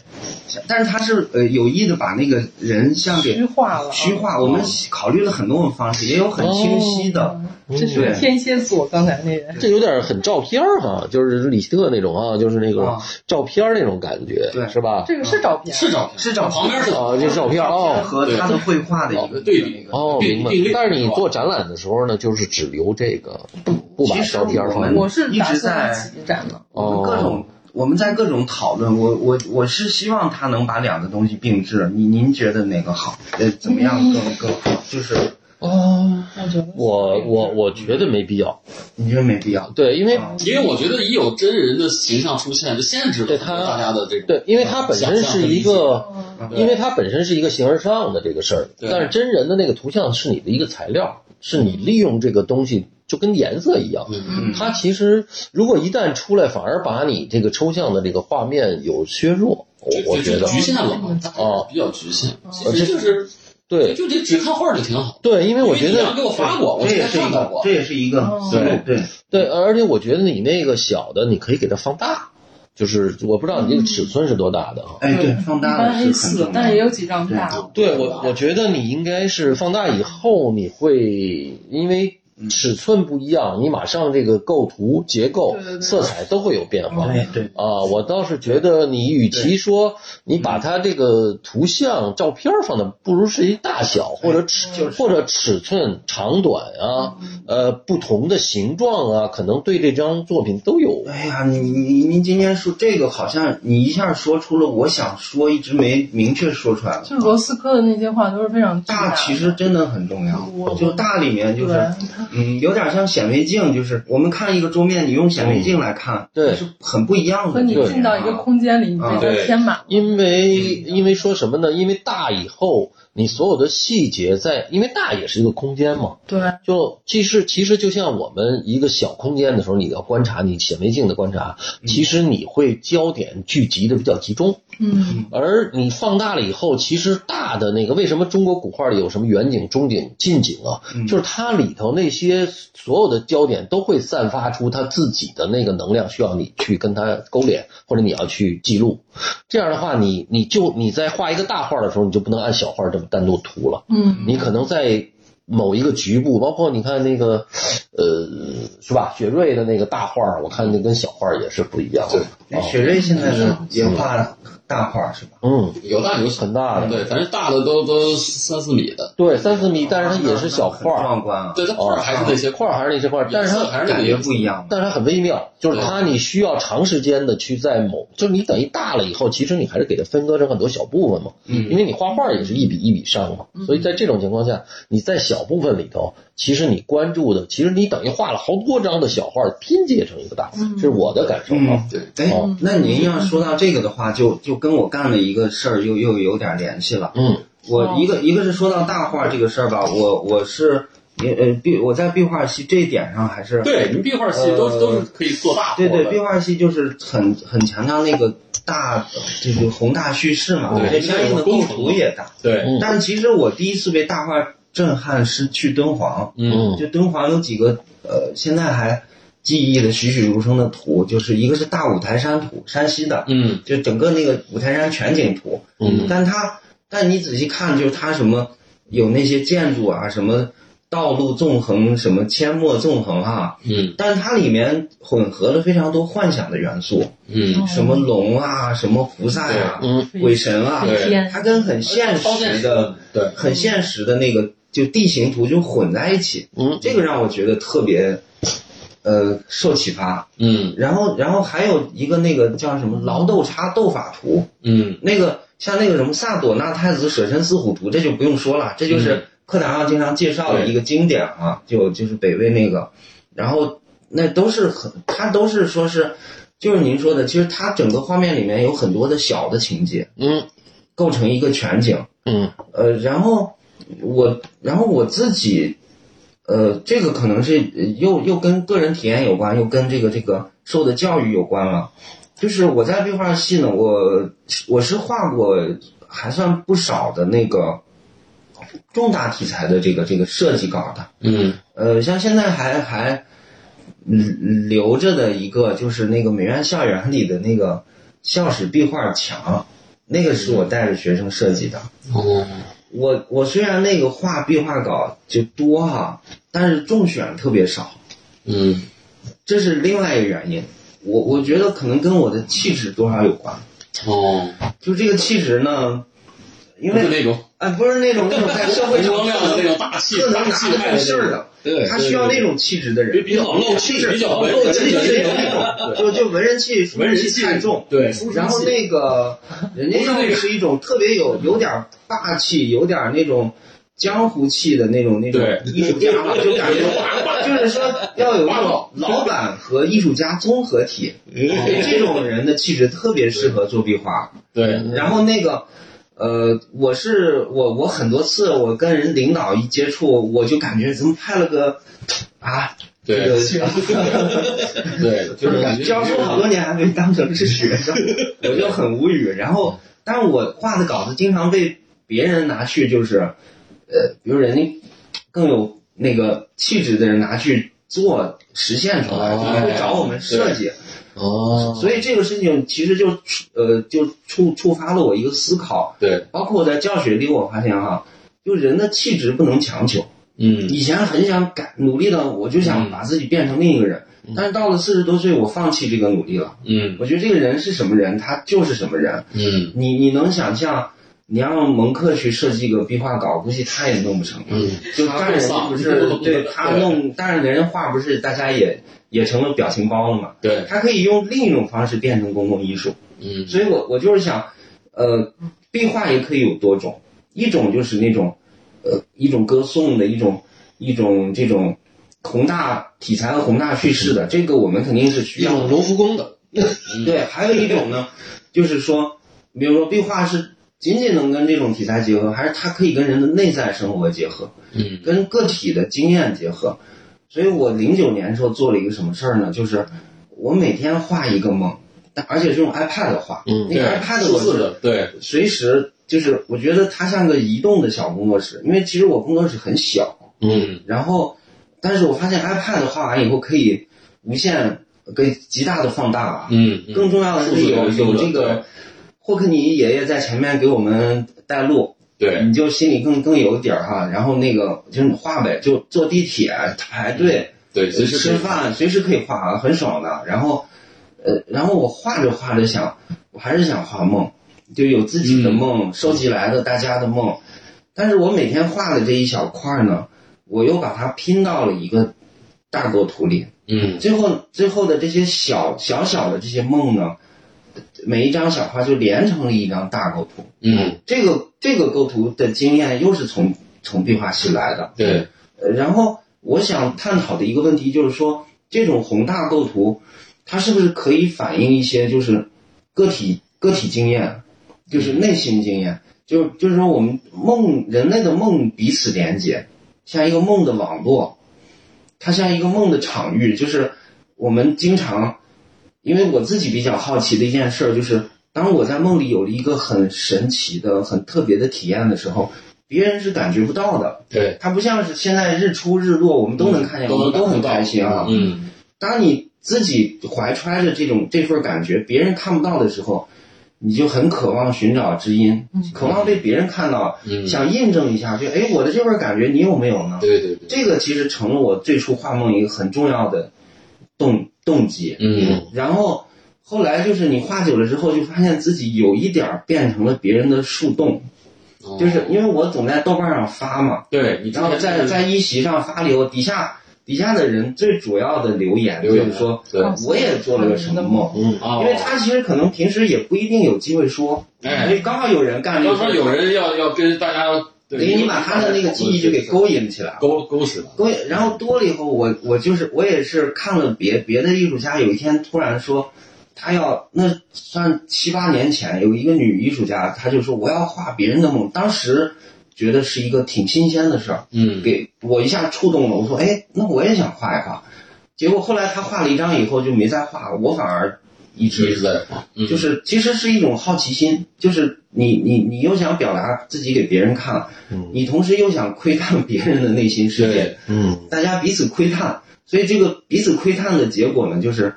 但是他是呃有意的把那个人像给
虚化了啊，
嗯虚化。我们考虑了很多种方式，也有很清晰的。
嗯这是
对
天蝎座，刚才那人
这有点很照片儿哈，就是李希特那种啊，就是那个
啊
照片儿那种感觉，
对
是吧？
这个是照片，啊
是照片，
是照片
旁边是
啊，就是照片儿哦
和他的绘画的一个
对比
哦，明白
并列。
但是你做展览的时候呢，就是只留这个，不不把
其实
照片儿
我
放
们
进去。
我是
一
打
直
算
在
自己展的，
我们各
哦
种我们在各种讨论，我我我是希望他能把两个东西并置。您您觉得哪个好？呃，怎么样
嗯
更更好？就是
哦，
我觉得
我我我觉得没必要，
你觉得没必要。
对，因为
啊
因为我觉得一有真人的形象出现，就限制了
对他
大家的这种
对，因为它本身是一个。
嗯
对
因为它本身是一个形而上的这个事儿，
对
但是真人的那个图像是你的一个材料，是你利用这个东西就跟颜色一样，
嗯
它其实如果一旦出来，反而把你这个抽象的这个画面有削弱，我
就
我
就
觉得
局限了
嗯
嘛，
哦
比较局限。其
我
实
这
就是
对
就这只看画儿就挺好。
对，因为我觉
你要
得
给我发过，我
这
之
也
前
是一
看到
个
过，
这。也是一个
哦
思路。对，
对，而且我觉得你那个小的，你可以给它放大，就是我不知道你这个尺寸是多大的啊。
哎对，放
一
大了
般
是
A
很重
四
要，
但是也有几张大。
对我，我觉得你应该是放大以后，你会因为
嗯
尺寸不一样，你马上这个构图、结构
对对、对
色彩都会有变化。
哎对。
啊，我倒是觉得你与其说你把它这个图像、照片放的，不如是一大小或者
嗯
尺、或者尺寸、长短啊，呃，不同的形状啊，可能对这张作品都有。
哎呀，你你您今天说这个，好像你一下说出了我想说，一直没明确说出来了。
就是罗斯科的那些画都是非常巨
大
的
其实真的很重要
我，
就大里面就
对，
是，嗯，有点像显微镜，就是我们看一个桌面，你用显微镜来看，
嗯对
是很不一样
和
的。
你
这啊
进到一个空间里，你被它
对
填满了。
因为因为说什么呢？因为大以后，你所有的细节在，因为大也是一个空间嘛，
对，嗯
就其实其实就像我们一个小空间的时候，你要观察你显微镜的观察，其实你会焦点聚集的比较集中。
嗯，
而你放大了以后，其实大的那个为什么中国古画里有什么远景、中景、近景啊？就是它里头那些所有的焦点都会散发出它自己的那个能量，需要你去跟它勾连，或者你要去记录。这样的话，你你就你在画一个大画的时候，你就不能按小画这么单独涂了。
嗯，
你可能在某一个局部，包括你看那个，呃，是吧？雪瑞的那个大画，我看那跟小画也是不一样的。啊
哎雪瑞现在的也画大画是吧？
嗯，
有大有小，
很大的。
啊对，反正大的都都三四米的，
对，三四米，但是它也是小
那很
画，
壮观啊，
对，它画儿还是那些
画还是那些画，但是
颜色还
它
是
感
那个
觉
颜色
不一样。哎
但是它很微妙，就是它
嗯
你需要长时间的去在某，就是你等于大了以后，其实你还是给它分割成很多小部分嘛，
嗯
因为你画画也是一笔一笔上嘛，所以在这种情况下，你在小部分里头，其实你关注的，其实你等于画了好多张的小画拼接成一个大，这是我的感受啊
嗯，。
对，
哎
哦，
那您要说到这个的话，就就跟我干的一个事儿又又有点联系了。
嗯
我
哦
一个一个是说到大画这个事儿吧，我我是也呃壁我在壁画系这一点上还是
对，你们壁画系都都是可以做大活
对
的，
对，壁画系就是很很强调那个大，就是宏大叙事嘛，
对
这相应的构图也大。
对，
但其实我第一次被大画震撼是去敦煌，
嗯
就敦煌有几个呃，现在还记忆的栩栩如生的图，就是一个是大五台山图，山西的，
嗯，
就整个那个五台山全景图。
嗯，
但它，但你仔细看，就是它什么有那些建筑啊，什么道路纵横，什么阡陌纵横啊，
嗯，
但它里面混合了非常多幻想的元素，
嗯，
什么龙啊，什么菩萨啊，
嗯
鬼神啊，
对
天
它跟很现实的、
对，
很现实的那个就地形图就混在一起，
嗯
这个让我觉得特别，呃，受启发。
嗯
然后，然后还有一个那个叫什么劳豆叉斗法图，
嗯
那个像那个什么萨朵纳太子舍身似虎图，这就不用说了，这
嗯
就是课堂上经常介绍的一个经典啊，就就是北魏那个，然后那都是很，它都是说是，就是您说的，其实它整个画面里面有很多的小的情节
嗯
构成一个全景，
嗯
呃，然后我然后我自己。呃，这个可能是呃又又跟个人体验有关，又跟这个这个受的教育有关了。就是我在壁画系呢，我我是画过还算不少的那个重大题材的这个这个设计稿的。
嗯
呃，像现在还还嗯留着的一个，就是那个美院校园里的那个校史壁画墙，那个是我带着学生设计的。
哦，
我我虽然那个画壁画稿就多哈、但是中选特别少，
嗯
这是另外一个原因。我我觉得可能跟我的气质多少有关，
哦，
就这个气质呢，因
不是
为
那种
哎不是那种那种在社会
红
上
光亮的那种大气
特
大
能
气
拿
派
得
的
出事儿的，
对，
他需要那种气质的人
比。比较漏气，比较文
文气
的
是有
那
那种，
种，
就就文人气、书
文
生
人
气
气
太重。
对，
然后那个人家要的是一种特别有有点霸气，有点那种江湖气的那种那种
对
艺术家，就感觉就是说要有一种老板和艺术家综合体，这种人的气质特别适合做壁画。
对，
然后那个。呃，我是我我很多次我跟人领导一接触，我就感觉怎么派了个啊，这
对
个
对，就是感觉
教书好多年还没当成是学生，我就很无语。然后，但是我画的稿子经常被别人拿去，就是，呃，比如人家更有那个气质的人拿去做实现出来，
哦
就是会找我们设计。
哦，
所以这个事情其实就触呃就触触发了我一个思考，
对，
包括我在教学里我发现哈、就人的气质不能强求。
嗯，
以前很想改，努力的我就想把自己变成另一个人，但是到了四十多岁，我放弃这个努力了。
嗯
我觉得这个人是什么人，他就是什么人。
嗯
你你能想象，你让蒙克去设计个壁画稿，估计他也弄不成。
嗯，
就但是人家不是
[laughs] 他弄
[laughs] 对他弄，但是人家画不是大家也也成了表情包了嘛？
对，
他可以用另一种方式变成公共艺术。
嗯
所以我我就是想，呃，壁画也可以有多种，一种就是那种，呃，一种歌颂的，一种一种这种宏大题材和宏大叙事
嗯
的，这个我们肯定是需
一
要的
种。农夫工的，
对，还有一种呢，就是说，比如说壁画是仅仅能跟这种题材结合，还是它可以跟人的内在生活结合，
嗯
跟个体的经验结合。所以我零九年的时候做了一个什么事儿呢？就是我每天画一个梦，但而且是用 iPad 画，
嗯
那
对
个 iPad
数
我
字
是
的，对，
随时就是我觉得它像个移动的小工作室，因为其实我工作室很小，
嗯
然后，但是我发现 iPad 画完以后可以无限给极大的放大啊，
嗯
更重要的是有
是的
有
是的
这个霍克尼爷爷在前面给我们带路，
对，
你就心里更更有底儿哈。然后那个就是你画呗，就坐地铁排队、
对，随时
吃饭，随时可以画啊，很爽的。然后，呃，然后我画着画着想，我还是想画梦，就有自己的梦，
嗯
收集来的大家的梦。但是我每天画的这一小块儿呢，我又把它拼到了一个大构图里，
嗯
最后最后的这些小小小的这些梦呢，每一张小画就连成了一张大构图。
嗯，
这个这个构图的经验又是从从壁画系来的。
对，
呃然后我想探讨的一个问题就是说，这种宏大构图，它是不是可以反映一些就是个体个体经验，就是内心经验，就就是说我们梦人类的梦彼此连接，像一个梦的网络，它像一个梦的场域，就是我们经常，因为我自己比较好奇的一件事儿就是。当我在梦里有了一个很神奇的、很特别的体验的时候，别人是感觉不到的。
对，
它不像是现在日出日落，我们都能看见，
嗯
我们都很
都能看到
开心啊。
嗯
当你自己怀揣着这种这份感觉，别人看不到的时候，你就很渴望寻找知音，渴望被别人看到，
嗯，
想印证一下，就哎，我的这份感觉你有没有呢？
对对对，
这个其实成了我最初画梦一个很重要的动动机。
嗯
然后后来就是你画久了之后，就发现自己有一点儿变成了别人的树洞，
哦
就是因为我总在豆瓣上发嘛，
对你
然后在在一席上发留底下底下的人最主要的留言
留
就
言
是说，
对
我也做了个什么梦，
啊，
因为他其实可能平时也不一定有机会说，
哎
因为刚好有人干这
要
个
说
事，
有人要要跟大家，
给你把他的那个记忆就给勾引起来了。
勾勾死了，
勾引，然后多了以后，我我就是哎我也是看了别别的艺术家，有一天突然说，他要那算七八年前有一个女艺术家，她就说我要画别人的梦，当时。觉得是一个挺新鲜的事儿，
嗯，
给我一下触动了。我说，哎，那我也想画一画。结果后来他画了一张以后就没再画了，我反而一
一直
直
在画，嗯
就是其实是一种好奇心，就是你你你又想表达自己给别人看，
嗯
你同时又想窥探别人的内心世界
对，
嗯
大家彼此窥探，所以这个彼此窥探的结果呢，就是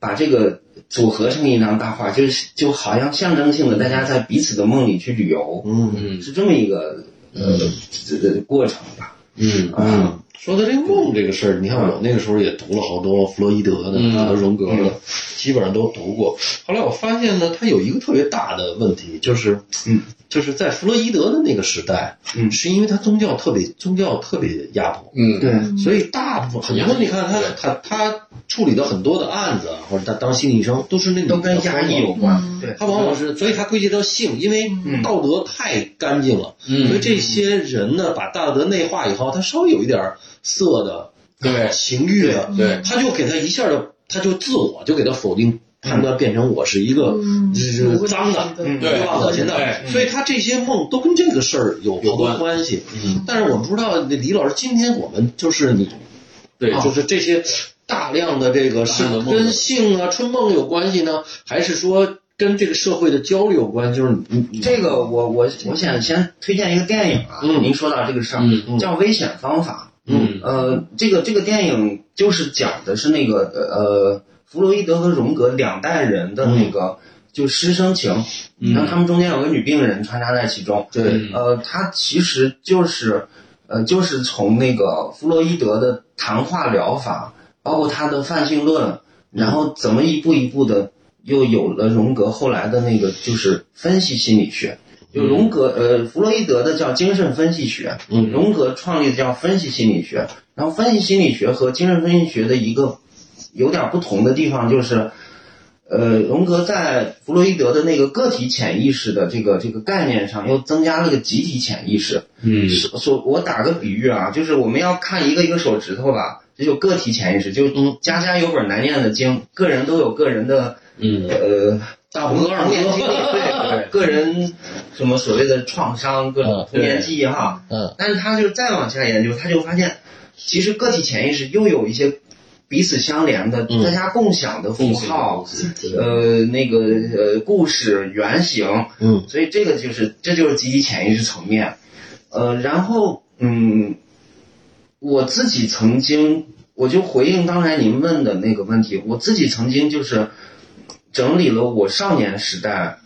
把这个组合成一张大画，就是就好像象征性的大家在彼此的梦里去旅游，
嗯
嗯
是这么一个呃这这过程吧。
嗯
啊，
嗯，说到这个梦这个事儿，你看
嗯
我那个时候也读了好多弗洛伊德的、
嗯
还有荣格的，基本上都读过。后来我发现呢，他有一个特别大的问题，就是，
嗯，
就是在弗洛伊德的那个时代，
嗯
是因为他宗教特别宗教特别压迫，
嗯，
对，
所以大部分很多，你看他
对
他他处理的很多的案子啊，或者他当心理医生，都是那种
都跟压抑有关。
嗯
对，
他往往是，所以他归结到性，因为
嗯
道德太干净了，
嗯
所以这些人呢，把道德内化以后，他稍微有一点色的、
对
情欲的，
对，
他就给他一下就，他就自我就给他否定判断，变成我是一个
嗯
这这脏的，
嗯
对吧？恶心
对
的，所以他这些梦都跟这个事儿有
有关
很多关系。
嗯，
但是我们不知道，那李老师，今天我们就是你
对，
啊就是这些大量的这个
大
是
量的梦
跟性啊、春梦有关系呢，还是说跟这个社会的焦虑有关？就是你你
这个我我我想先推荐一个电影啊，
嗯
您说到这个事儿，
嗯
嗯
叫《危险方法》。
嗯
呃，这个这个电影就是讲的是那个呃，弗洛伊德和荣格两代人的那
嗯
个、就师生情，
嗯
然后他们中间有个女病人穿插在其中。
对，
嗯
呃，他其实就是呃，就是从那个弗洛伊德的谈话疗法，包括他的泛性论，然后怎么一步一步的又有了荣格后来的那个就是分析心理学。就荣格，呃，弗洛伊德的叫精神分析学，
嗯
荣格创立的叫分析心理学。然后分析心理学和精神分析学的一个有点不同的地方就是，呃，荣格在弗洛伊德的那个个体潜意识的这个这个概念上，又增加了个集体潜意识。
嗯
所所，我打个比喻啊，就是我们要看一个一个手指头吧，这就个体潜意识，就
嗯
家家有本难念的经，个人都有个人的
嗯
呃
大拇哥二
童年经历，
拇哥，
对个人什么所谓的创伤，各种童年记忆哈。
嗯
但是他就再往下研究，他就发现，其实个体潜意识又有一些彼此相连的、
嗯
大家共享的符号，
对
呃，那个呃故事原型，
嗯
所以这个就是这就是集体潜意识层面。呃，然后嗯，我自己曾经，我就回应刚才您问的那个问题，我自己曾经就是整理了我少年时代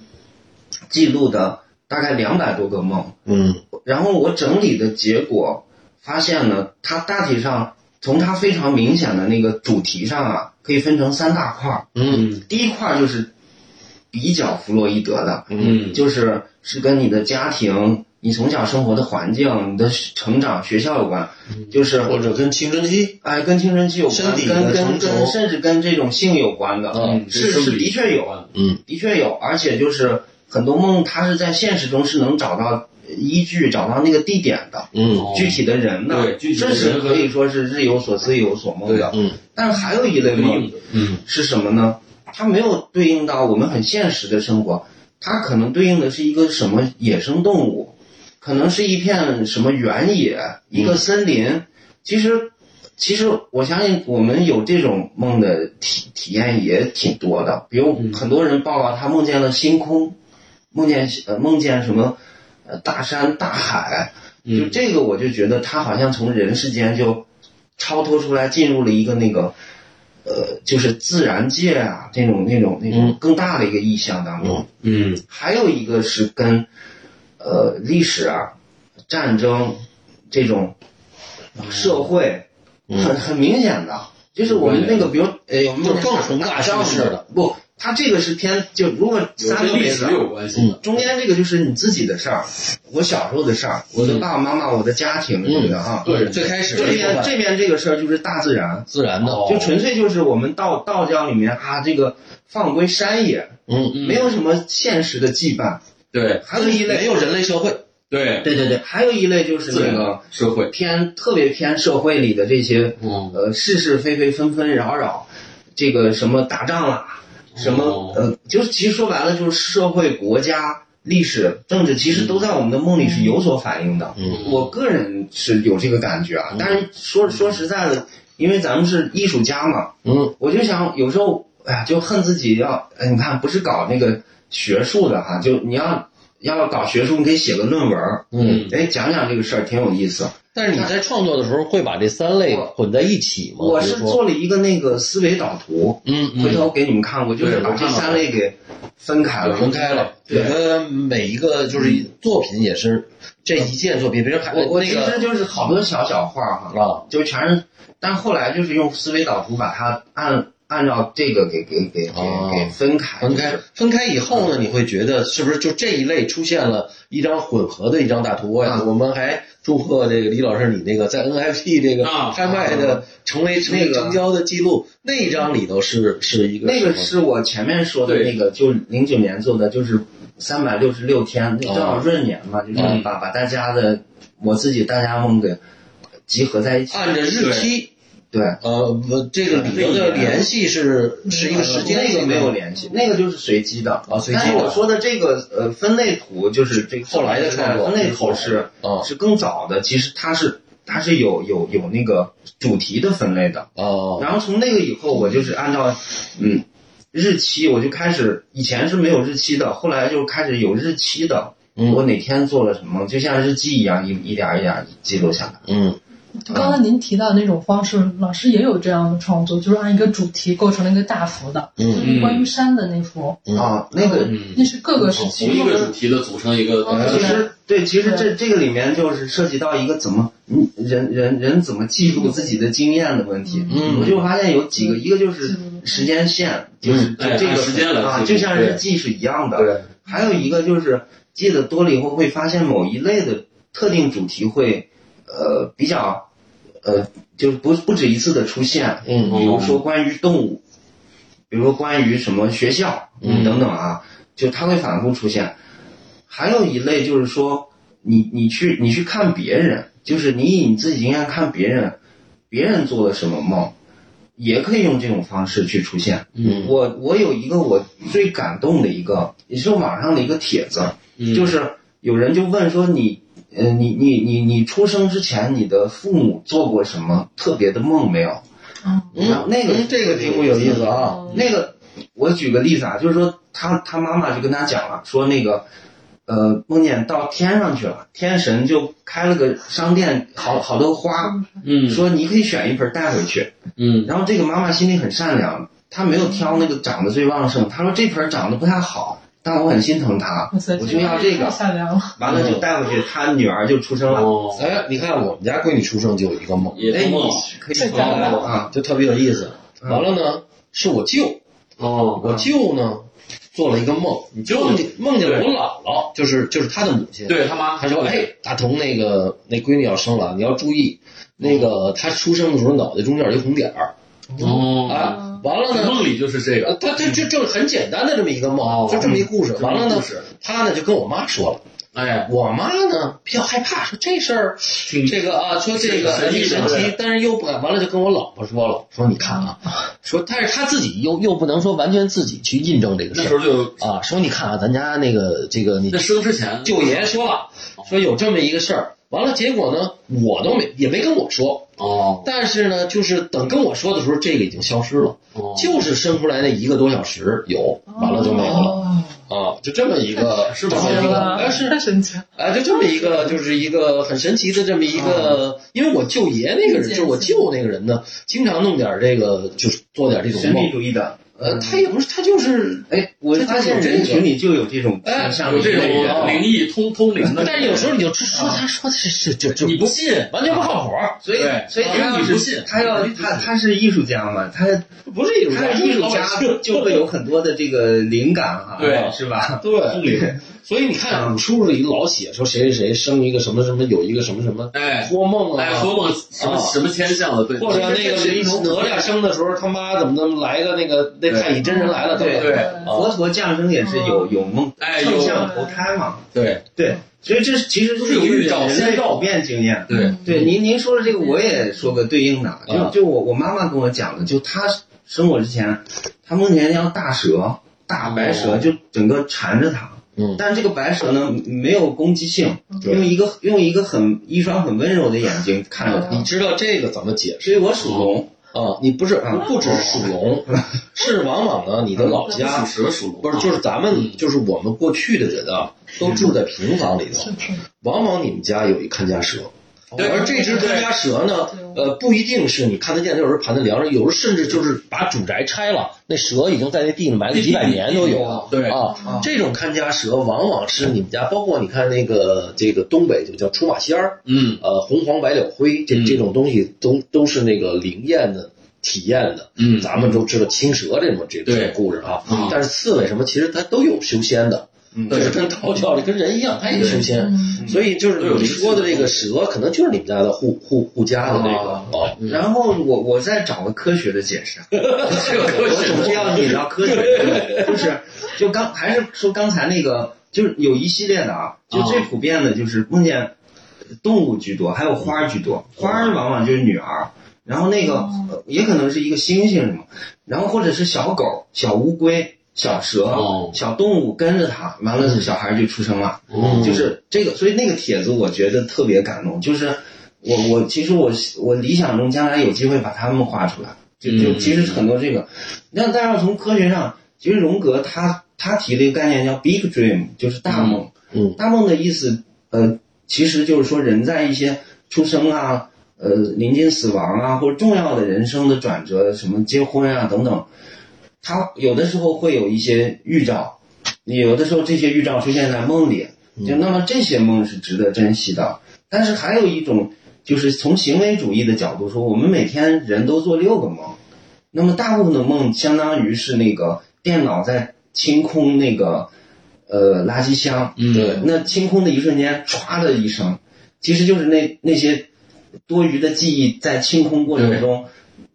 记录的大概两百多个梦，
嗯
然后我整理的结果发现呢，它大体上从它非常明显的那个主题上啊，可以分成三大块儿。
嗯
第一块儿就是比较弗洛伊德的，
嗯
就是是跟你的家庭、你从小生活的环境、你的成长、学校有关，就是
嗯或者跟青春期，
哎跟青春期有
身
关，
体
跟
的
跟
成熟
跟甚至跟这种性有关的，
嗯
是是的确有，啊
嗯
的确有，而且就是很多梦，它是在现实中是能找到依据、找到那个地点的。
嗯
具体的人呢？
对具体的
这是
人和
可以说是日有所思，夜有所梦的。
嗯
但是还有一类梦
嗯
是什么呢？它没有对应到我们很现实的生活，它可能对应的是一个什么野生动物，可能是一片什么原野，一个森林。其实，其实我相信我们有这种梦的体体验也挺多的，比如很多人报啊告他梦见了星空，梦见呃梦见什么呃大山大海，
嗯
就这个我就觉得他好像从人世间就超脱出来，进入了一个那个。呃，就是自然界啊，这种那种那
嗯
种更大的一个意象当中，
嗯
还有一个是跟呃历史啊、战争这种
嗯
社会很很明显的，就是我们那个比如呃有没有
就更宏大叙事的？
不，它这个是偏就如果
有
三
跟
个啊
历
为
史有关系的，
中间这个就是你自己的事儿，我小时候的事儿，我的爸爸妈妈、我的家庭什么的哈。
嗯
对，哦最开始
这边这边这个事儿就是大自然，
自然
哦
的，
就纯粹就是我们道道教里面啊，这个放归山野，
嗯，
没有什么现实的羁绊。
对
还有一类
没有人类社会，
对
对对对，还有一类就是
自
那
然
个
社会，
偏特别偏社会里的这些
嗯
呃是是非非纷纷扰扰，这个什么打仗啦，什么
哦
呃，就是其实说白了就是社会国家历史、政治，其实都在我们的梦里是有所反映的。
嗯
我个人是有这个感觉啊，但是说说实在的，因为咱们是艺术家嘛，
嗯
我就想有时候，哎呀，就恨自己要，哎，你看不是搞那个学术的哈、就你要要搞学术，你可以写个论文，
嗯。哦
哎，讲讲这个事儿挺有意思。
但是你在创作的时候会把这三类混在一起吗？
我
比
是
如说，
做了一个那个思维导图，
嗯嗯，
回头给你们看，我就是
对
把
我
这
看到
三
了
类给分开了，
分开了。
对
呃，每一个就是作品也是这一件作品，比如还
我我
那
其实
个
就是好多小小画儿哈，
啊，
就全是，但后来就是用思维导图把它按按照这个给给给
哦
给给分开，
分开
就是
分开以后
嗯
呢，你会觉得是不是就这一类出现了一张混合的一张大图？我
啊
我们还祝贺这个李老师，你那个在 NFT 这个
啊
拍卖的成为成
那个
成交的记录，那一张里头是是一个
那个
什么
是我前面说的
对
那个，就零九年做的，就是三百六十六天，那
哦
正好闰年嘛，就是
嗯
把把大家的我自己大家梦给集合在一起，
按着日期，
对。
呃，不这个里头的联系是是嗯一个时间
那
性
个
的
没有联系，那个就是随机的
啊随机的
但是我说的这个呃分类图，就是这个
后来的创作
分类图是
啊
是更早的，其实它是它是有有有那个主题的分类的。
哦
然后从那个以后，我就是按照嗯日期，我就开始以前是没有日期的，后来就开始有日期的。
嗯
我哪天做了什么，就像日记一样，一一点儿一点儿记录下来。
嗯
就刚刚您提到的那种方式，老师也有这样的创作，就是按一个主题构成了一个大幅的，就
嗯
是关于山的那幅，
嗯
啊，那个
嗯，
那是各个时
同一
期。
个主题的组成一
哦
个，
嗯
呃其实对，其实这
对
这个里面就是涉及到一个怎么嗯人人人怎么记录自己的经验的问题。
嗯
我就发现有几个，一个就是
记录
时间线，就是
对
这
按
个
嗯哎时间来
啊，
记录
就像日记是一样的。
对，
还有一个就是记得多了以后，会发现某一类的特定主题会呃比较呃就是不不止一次的出现，
嗯
比如说关于动物，比如说关于什么学校、
嗯
等等啊，就它会反复出现。还有一类就是说，你你去你去看别人，就是你以你自己经验看别人，别人做了什么梦，也可以用这种方式去出现。
嗯
我我有一个我最感动的一个，也是网上的一个帖子，
嗯
就是有人就问说你，呃，你你你你出生之前，你的父母做过什么特别的梦没有？
嗯
然后那个、
嗯这个题目有意思啊，
那个我举个例子啊，就是说他他妈妈就跟他讲了，说那个，呃，梦见到天上去了，天神就开了个商店，好好多
啊
花，
嗯
说你可以选一盆带回去。
嗯
然后这个妈妈心里很善良，她没有挑那个长得最旺盛，她说这盆长得不太好，但我很心疼它，
哇塞，
我就要这
太
个。
善良了。
完了就带回去，她女儿就出生了。
哦，
哎，你看我们家闺女出生就有一个梦，
也
哎，
是梦
你可以
这
说
家伙
啊，
就特别有意思。
嗯
完了呢，是我舅，
哦，
我舅呢做了一个梦，
你舅
梦见梦见了我姥姥，就是就是他的母亲。
对他妈，
他说：“哎，大同那个那闺女要生了，你要注意，那个她出生的时候脑袋中间有一红点儿
哦，
啊。完了呢，
梦里就是这
呃
个，
他这这这很简单的这么一个梦
哦，
就这么一故事。完了
故
呢，
事
他呢就跟我妈说了，
哎，
我妈呢比较害怕，说这事儿
挺
这个啊，说这个
嗯神
挺
秘
神
的
奇，但是又不敢。完了就跟我老婆说了，说你看啊，
哦
说但是她自己又又不能说完全自己去印证这个
那
事
时
儿
候就
啊，说你看啊，咱家那个这个你
那生之前
舅爷说了，说有这么一个事儿。完了，结果呢，我都没也没跟我说，
哦
但是呢，就是等跟我说的时候，这个已经消失了，
哦，
就是生出来那一个多小时有，完了就没了
哦，
啊，就这么一个，
是
这
吧
么一个，哎是
太神奇了。
啊，就这么一个，就是一个很神奇的这么一个，因为我舅爷那个人，就是我舅那个人呢，经常弄点这个，就是做点这种
神秘
梦，
主义的。
呃，他也不是，他就是，
哎，我
这就
发现
有这
人
个
群里就有这种
哎
倾向
有这
的人
种哦灵异通通灵的，
哦但是有时候你就说他说的是就就
你不信，
完全不靠谱，
所以
对
所以
啊
他要
你
是
不信
他要他他是艺术家嘛，他
不是艺术
他
家，
是艺术家
[laughs]
就会有很多的这个灵感哈，
对
是吧？ [laughs]
对，所以你看，
嗯
你叔叔里老写说谁谁谁生一个什么什么，有一个什么什么
哎
托梦
哎，
啊，
说梦什么什么天象的，对，
或者那个谁哪吒生的时候，他妈怎么怎么来个那个那太乙真人来了，
对
等等
对
啊
佛陀降生也是有有梦
哎
圣
有
像投胎嘛，
对
对，所以这是其实就
都
是是
有
一个
预兆
人
先
类
兆
普遍经验。
对，
嗯
对，您您说的这个我也说个对应的，
啊
就就我我妈妈跟我讲的，就她生我之前，她梦见一条大蛇，大白蛇就整个缠着她，
嗯
但是这个白蛇呢没有攻击性，
对
用一个用一个很一双很温柔的眼睛看着
嗯
他，
你知道这个怎么解释
所以我属龙，
啊？你不是
嗯
不只是属龙， [laughs] 是往往呢，你的老
属
家
蛇属龙，啊
不是就是咱们就是我们过去的人啊，都住在平房里头，往往你们家有一看家蛇。
对
而这只看家蛇呢，呃，不一定是你看得见，它有时候盘在梁上，有时候甚至就是把主宅拆了，那蛇已经在那地里埋了几百年都有。
对
啊，这种看家蛇往往是你们家，包括你看那个这个东北就叫出马仙儿，
嗯
呃，红黄白柳灰这
嗯
这种东西都都是那个灵验的体验的。
嗯 [laughs]
咱们都知道青蛇这么这这
对
种故事啊
嗯，
但是刺猬什么其实它都有修仙的，
嗯
就是跟道教的跟人一样，它也修仙。
嗯
所以就是你说的这个蛇，可能就是你们家的护护护家的那个
啊
哦，
然后我我再找个科学的解释，我总是要你要科学，就是就刚还是说刚才那个，就是有一系列的啊，就最普遍的就是梦见动物居多，还有花儿居多，花儿往往就是女儿，然后那个呃也可能是一个猩猩什么，然后或者是小狗、小乌龟、小蛇
哦、
小动物跟着它，完了小孩就出生了。
嗯
就是这个，所以那个帖子我觉得特别感动。就是我我其实我我理想中将来有机会把他们画出来，就就
嗯
其实很多这个，那但要从科学上，其实荣格他他提了一个概念叫 big dream，就是大梦。
嗯，
大梦的意思，呃，其实就是说人在一些出生啊。呃，临近死亡啊，或者重要的人生的转折，什么结婚啊等等，他有的时候会有一些预兆，有的时候这些预兆出现在梦里，就那么这些梦是值得珍惜的。但是还有一种，就是从行为主义的角度说，我们每天人都做六个梦，那么大部分的梦相当于是那个电脑在清空那个呃垃圾箱，
嗯
对
那清空的一瞬间，唰的一声，其实就是那那些多余的记忆在清空过程中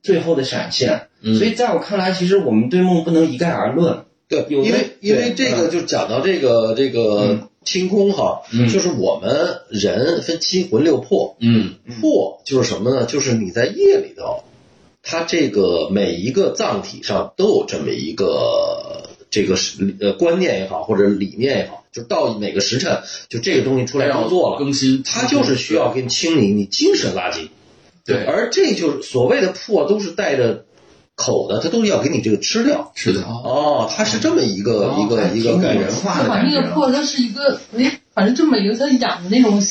最后的闪现。所以在我看来，其实我们对梦不能一概而论。
对，
有
因
的
为因为
对
这个就讲到这个这个清空哈，就是我们人分七魂六魄，
嗯
魄就是什么呢？就是你在夜里头，它这个每一个脏体上都有这么一个这个是呃观念也好，或者理念也好，就到哪个时辰，就这个东西出来要做了，
更新，
它就是需要给你清理你精神垃圾。
对，
而这就是所谓的魄，都是带着口的，它都是要给你这个吃掉。
是的，
哦，它是这么一个、一个一个概
拟
念
人。化的
反
感
正那
觉
个
啊，
破它是一个，哎，反正这么一个它养的那种，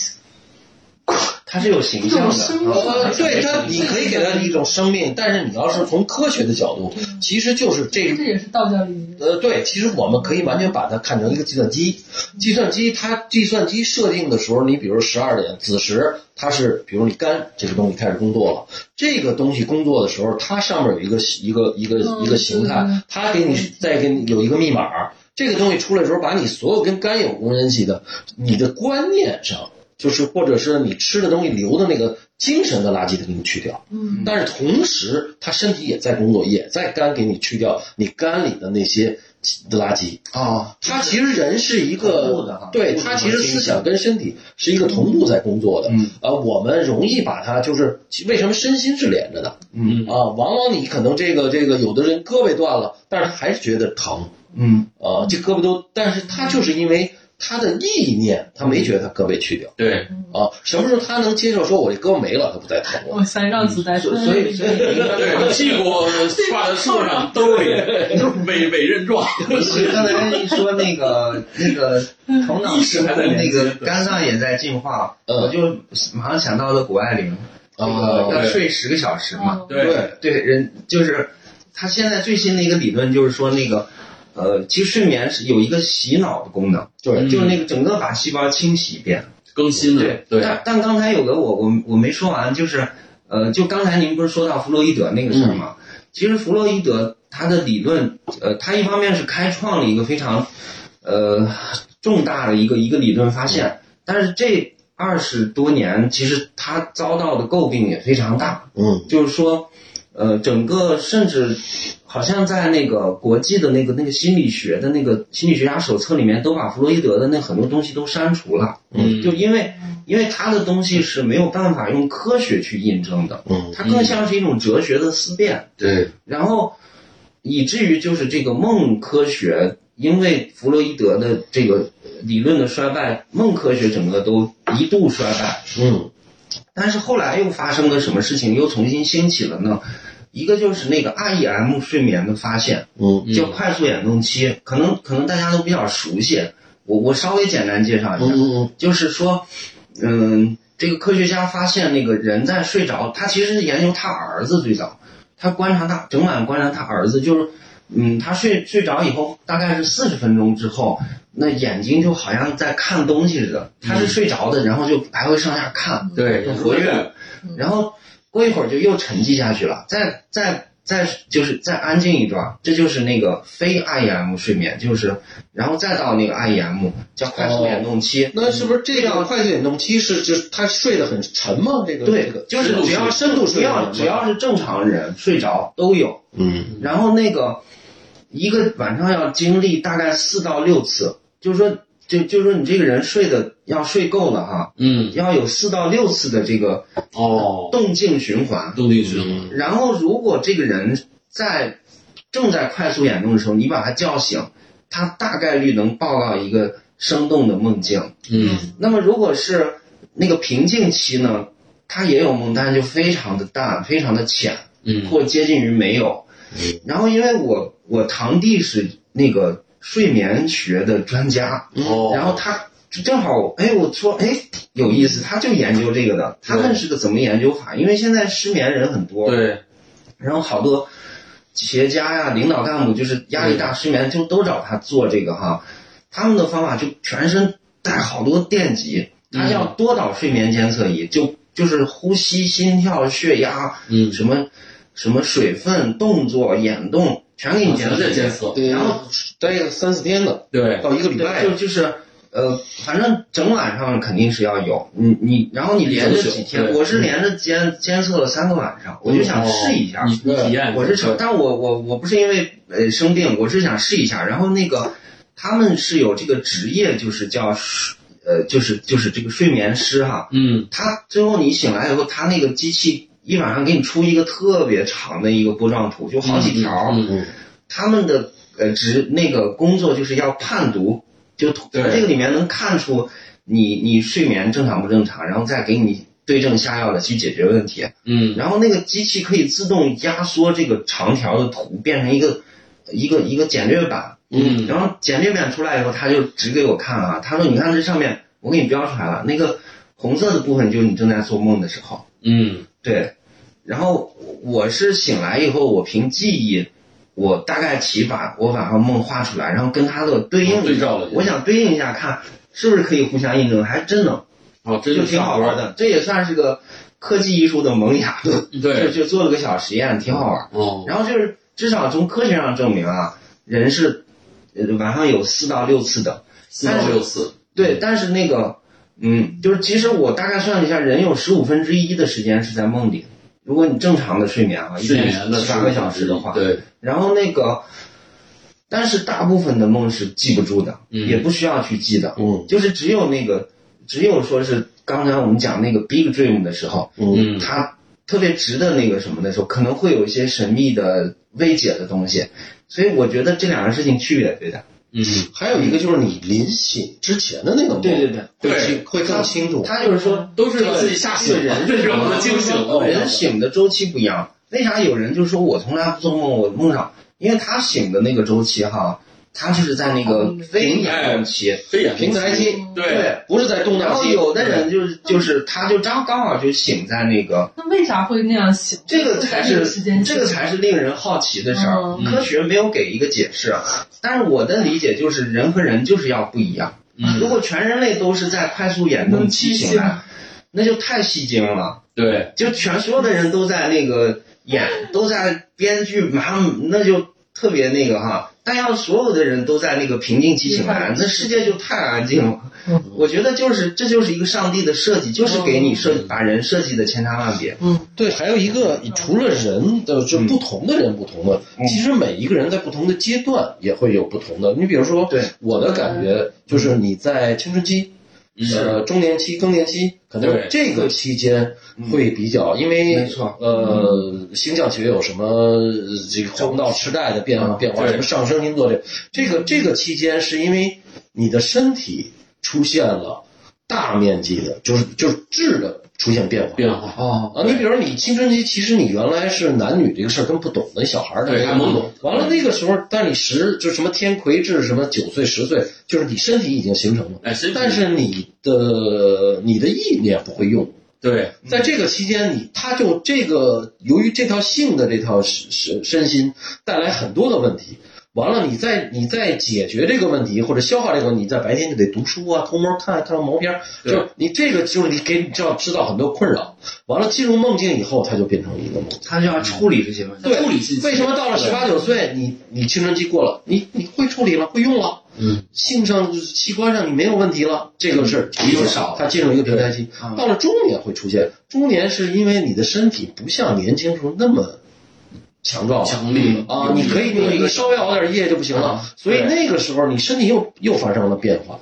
它是有形象
这种
的
生命
啊。
呃，对它，你可以给它一种生命，但是你要是从科学的角度，其实就是这
这也是道教里的。
呃，对，其实我们可以完全把它看成一个计算机。
嗯
计算机它计算机设定的时候，你比如十二点子时，它是比如你肝这个东西开始工作了，这个东西工作的时候，它上面有一个一个一个
嗯
一个形态
嗯，
它给你再给你有一个密码。这个东西出来的时候，把你所有跟肝有关系的，你的观念上，就是或者是你吃的东西留的那个精神的垃圾，它给你去掉。
嗯，
但是同时，他身体也在工作，也在肝给你去掉你肝里的那些垃圾。
啊，
他其实人是一
同步的
个
哈，
对
同步
他
的
其实思想跟身体是一个同步在工作的。
嗯
啊，我们容易把它就是为什么身心是连着的
嗯
啊？往往你可能这个这个有的人胳膊断了，但是还是觉得疼
嗯，
啊，这胳膊都，但是他就是因为他的意念，他没觉得他胳膊去掉
对，
嗯
啊。什么时候他能接受说我这胳膊没了，他不再疼了？
我想让子弹
所以所以所以
对，我屁股挂在树上，兜里委委任状，
你刚才一说那个那个头脑
意识还在连
那
接
个肝脏也在进化，
嗯
我就马上想到了谷爱凌，这
哦
个呃要睡十个小时嘛，
嗯对，
对人就是他现在最新的一个理论就是说那个。呃，其实睡眠是有一个洗脑的功能，
对
嗯
就是那个整个把细胞清洗一遍。
更新的，对，
但但刚才有个我我我没说完，就是呃，就刚才您不是说到弗洛伊德那个事儿吗？
嗯
其实弗洛伊德他的理论，呃，他一方面是开创了一个非常呃重大的一个一个理论发
嗯
现，但是这二十多年其实他遭到的诟病也非常大。
嗯
就是说，呃，整个甚至好像在那个国际的那个那个心理学的那个心理学家手册里面，都把弗洛伊德的那很多东西都删除了。
嗯
就因为因为他的东西是没有办法用科学去印证的，
嗯
它更像是一种哲学的思辨，
对，
然后以至于就是这个梦科学。因为弗洛伊德的这个理论的衰败，梦科学整个都一度衰败。
嗯
但是后来又发生了什么事情，又重新兴起了呢？一个就是那个 REM 睡眠的发现，
嗯
叫快速眼动期，可能可能大家都比较熟悉。我我稍微简单介绍一下，
嗯
就是说，嗯，这个科学家发现那个人在睡着，他其实是研究他儿子最早，他观察他整晚观察他儿子，就是，嗯，他睡睡着以后，大概是四十分钟之后，那眼睛就好像在看东西似的，他是睡着的，然后就来回上下看，
对，
很活跃，然后过一会儿就又沉寂下去了，再再再就是再安静一段儿，这就是那个非 REM 睡眠，就是然后再到那个 REM 叫快速眼动期。
那是不是这个快速眼动期是就是他睡得很沉吗？这个
对
这个，
就是只要
深度
只
睡眠
要
吗，
只要是正常人睡着都有。
嗯
然后那个一个晚上要经历大概四到六次，就是说就就是说你这个人睡的要睡够了哈，
嗯，
要有四到六次的这个
哦，
动静循环。
动力循环，
嗯
然后如果这个人在正在快速眼动的时候，你把他叫醒，他大概率能报告一个生动的梦境。
嗯
那么如果是那个平静期呢，它也有梦，但是就非常的淡，非常的浅，
嗯
或接近于没有。然后因为我我堂弟是那个睡眠学的专家，
哦，
然后他正好哎我说哎有意思，他就研究这个的，他问是个怎么研究法，因为现在失眠人很多，
对，
然后好多企业家呀、领导干部就是压力大、失眠，就都找他做这个哈。他们的方法就全身带好多电极，他叫多导睡眠监测仪，就就是呼吸、心跳、血压，
嗯，
什么什么水分、动作、眼动，全给你监
啊全
测
是
一
监
遍。
测，
对，
然
然
后
后待个三四天呢，
对，
到一个礼拜
对，就就是呃，反正整晚上肯定是要有你你，然后你连着几
对嗯哦
天，我是连着监监测了三个晚上，我就想试一下。
你你体验，
我是想，但我我我不是因为呃生病，我是想试一下。然后那个他们是有这个职业，就是叫呃，就是就是这个睡眠师哈。
嗯
他最后你醒来以后，他那个机器一晚上给你出一个特别长的一个波状图，就好几条。
嗯
他们的呃职那个工作就是要判读，就从
对
这个里面能看出你你睡眠正常不正常，然后再给你对症下药的去解决问题。
嗯
然后那个机器可以自动压缩这个长条的图，变成一个一个一个简略版。
嗯
然后简略版出来以后，他就指给我看啊，他说：“你看这上面，我给你标出来了，那个红色的部分就是你正在做梦的时候。
嗯”
对。然后我是醒来以后，我凭记忆，我大概起把我把梦画出来，然后跟它的对应
嗯对照了一下
我想对应一下看是不是可以互相印证，还真能，
哦，真
就是挺好玩，的。这也算是个科技艺术的萌芽。就
对，
就做了个小实验，挺好玩儿。
哦，
然后就是至少从科学上证明啊，人是呃晚上有四到六次的，
四到六次，
对。但是那个，嗯，就是其实我大概算了一下，人有十五分之一的时间是在梦里。如果你正常的睡眠啊，一
睡
天
眠的
七八个小时的话，
对，
然后那个，但是大部分的梦是记不住的，
嗯
也不需要去记的，
嗯
就是只有那个，只有说是刚才我们讲那个 big dream 的时候，
嗯
嗯
他特别值得那个什么的时候，可能会有一些神秘的未解的东西，所以我觉得这两个事情区别对待。
嗯，
还有一个就是你临醒之前的那个梦，
对对
会
对
清会更清楚。
他就是说
都是
自己
吓
醒了
这是我的惊醒了，
人醒的周期不一样，为啥有人就说我从来不做梦，我梦上，因为他醒的那个周期哈，他就是在那个非眼动期，
黑眼
平台期
哎对，
不是在动
然
荡
后
期，
有的人就是就是他就刚刚好就醒在那个。
那为啥会那样醒？
这个才
在那
是
时间
这个才是令人好奇的事儿
嗯，
科学没有给一个解释。但是我的理解就是，人和人就是要不一样。如
嗯，
果全人类都是在快速眼动期醒来，那就太戏精了。
对，
就全所有的人都在那个演，都在编剧麻木，那就特别那个哈。但要所有的人都在那个平静期醒来，那世界就太安静了
嗯。
我觉得就是这就是一个上帝的设计，就是给你设
嗯
把人设计的千差万别。
嗯，
对，还有一个除了人的，就
嗯
不同的人不同的，
嗯
其实每一个人在不同的阶段也会有不同的。你比如说，
对嗯
我的感觉就是你在青春期，
呃中年期、更年期，可能
对
这个期间会比较，因为
嗯没错嗯
呃星象学有什么呃这个黄道吃带的变
嗯
变化，
对
什么上升星座这这个这个期间是因为你的身体出现了大面积的，就是就是质的出现变化。
变化，
哦，
啊，你比如说你青春期，其实你原来是男女这个事儿跟不懂的小孩儿，
对嗯还懵懂。
完了那个时候，但是你十就什么天魁至什么九岁十岁，就是你身体已经形成了，
哎，身体
但是你的你的意念不会用。
对
在这个期间，你他就这个由于这套性的这套身身身心带来很多的问题。完了，你再你再解决这个问题或者消化这个问题，你在白天就得读书啊，偷摸看看毛片儿，
对
就你这个就是你给你知道知道很多困扰。完了，进入梦境以后，它就变成一个梦。
他就要处理这些问题。
对
处理信息
为什么到了十八九岁，你你青春期过了，你你会处理了，会用了，
嗯，
性上器官上你没有问题了，这个是提
就
升
少了
它进入一个平台期
嗯。
到了中年会出现，中年是因为你的身体不像年轻时候那么强壮了
嗯
强力
啊，你可以你你稍微熬点夜就不行了，所以那个时候你身体又又发生了变化。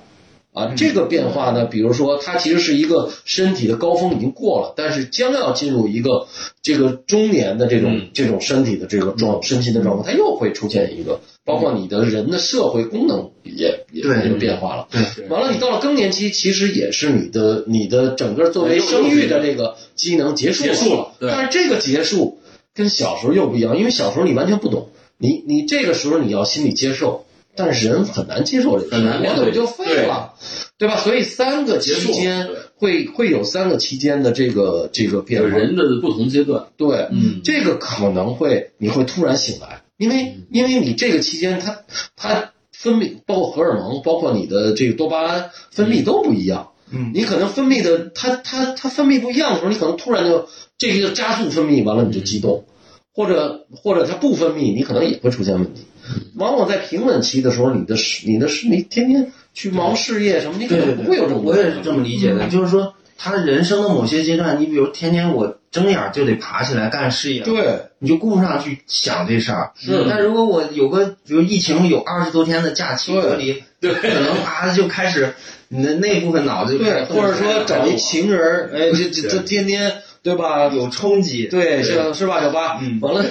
啊，这个变化呢，比如说它其实是一个身体的高峰已经过了，但是将要进入一个这个中年的这种、
嗯
这种身体的这个状身心的状况，它又会出现一个，包括你的人的社会功能也也
对
也有变化了。
对
完了，你到了更年期，其实也是你的你的整个
哎
作为生育的这个机能结束
结束了对
但是这个结束跟小时候又不一样，因为小时候你完全不懂，你你这个时候你要心里接受，但是人很难接受这个事
很难
儿，我
面
怎么
对
就废了，对吧？所以三个
结束
期间
对
会会有三个期间的这个这个变
有
化，
人的不同阶段，
对，
嗯
这个可能会你会突然醒来，因为
嗯
因为你这个期间它它分泌包括荷尔蒙，包括你的这个多巴胺分泌都不一样。
嗯
你可能分泌的它它它分泌不一样的时候，你可能突然就这个就加速分泌，完了你就激动，
嗯
或者或者它不分泌，你可能也会出现问题。
嗯
往往在平稳期的时候，你的事你的事你天天去忙事业什么，你可
对对
能
对，嗯
不会有这种
我
问
也
题
是这么理解的，就是说他人生的某些阶段，你比如天天我睁眼就得爬起来干事业，
对，
你就顾不上去想这事儿。
是
但如果我有个，比如疫情有二十多天的假期
对
隔离，
对
可能啊就开始你的那部分脑子就开
对，
始
或者说找一情人儿，哎，这这这天天对吧？
有冲击，
对，是是吧，小八？
嗯
完了，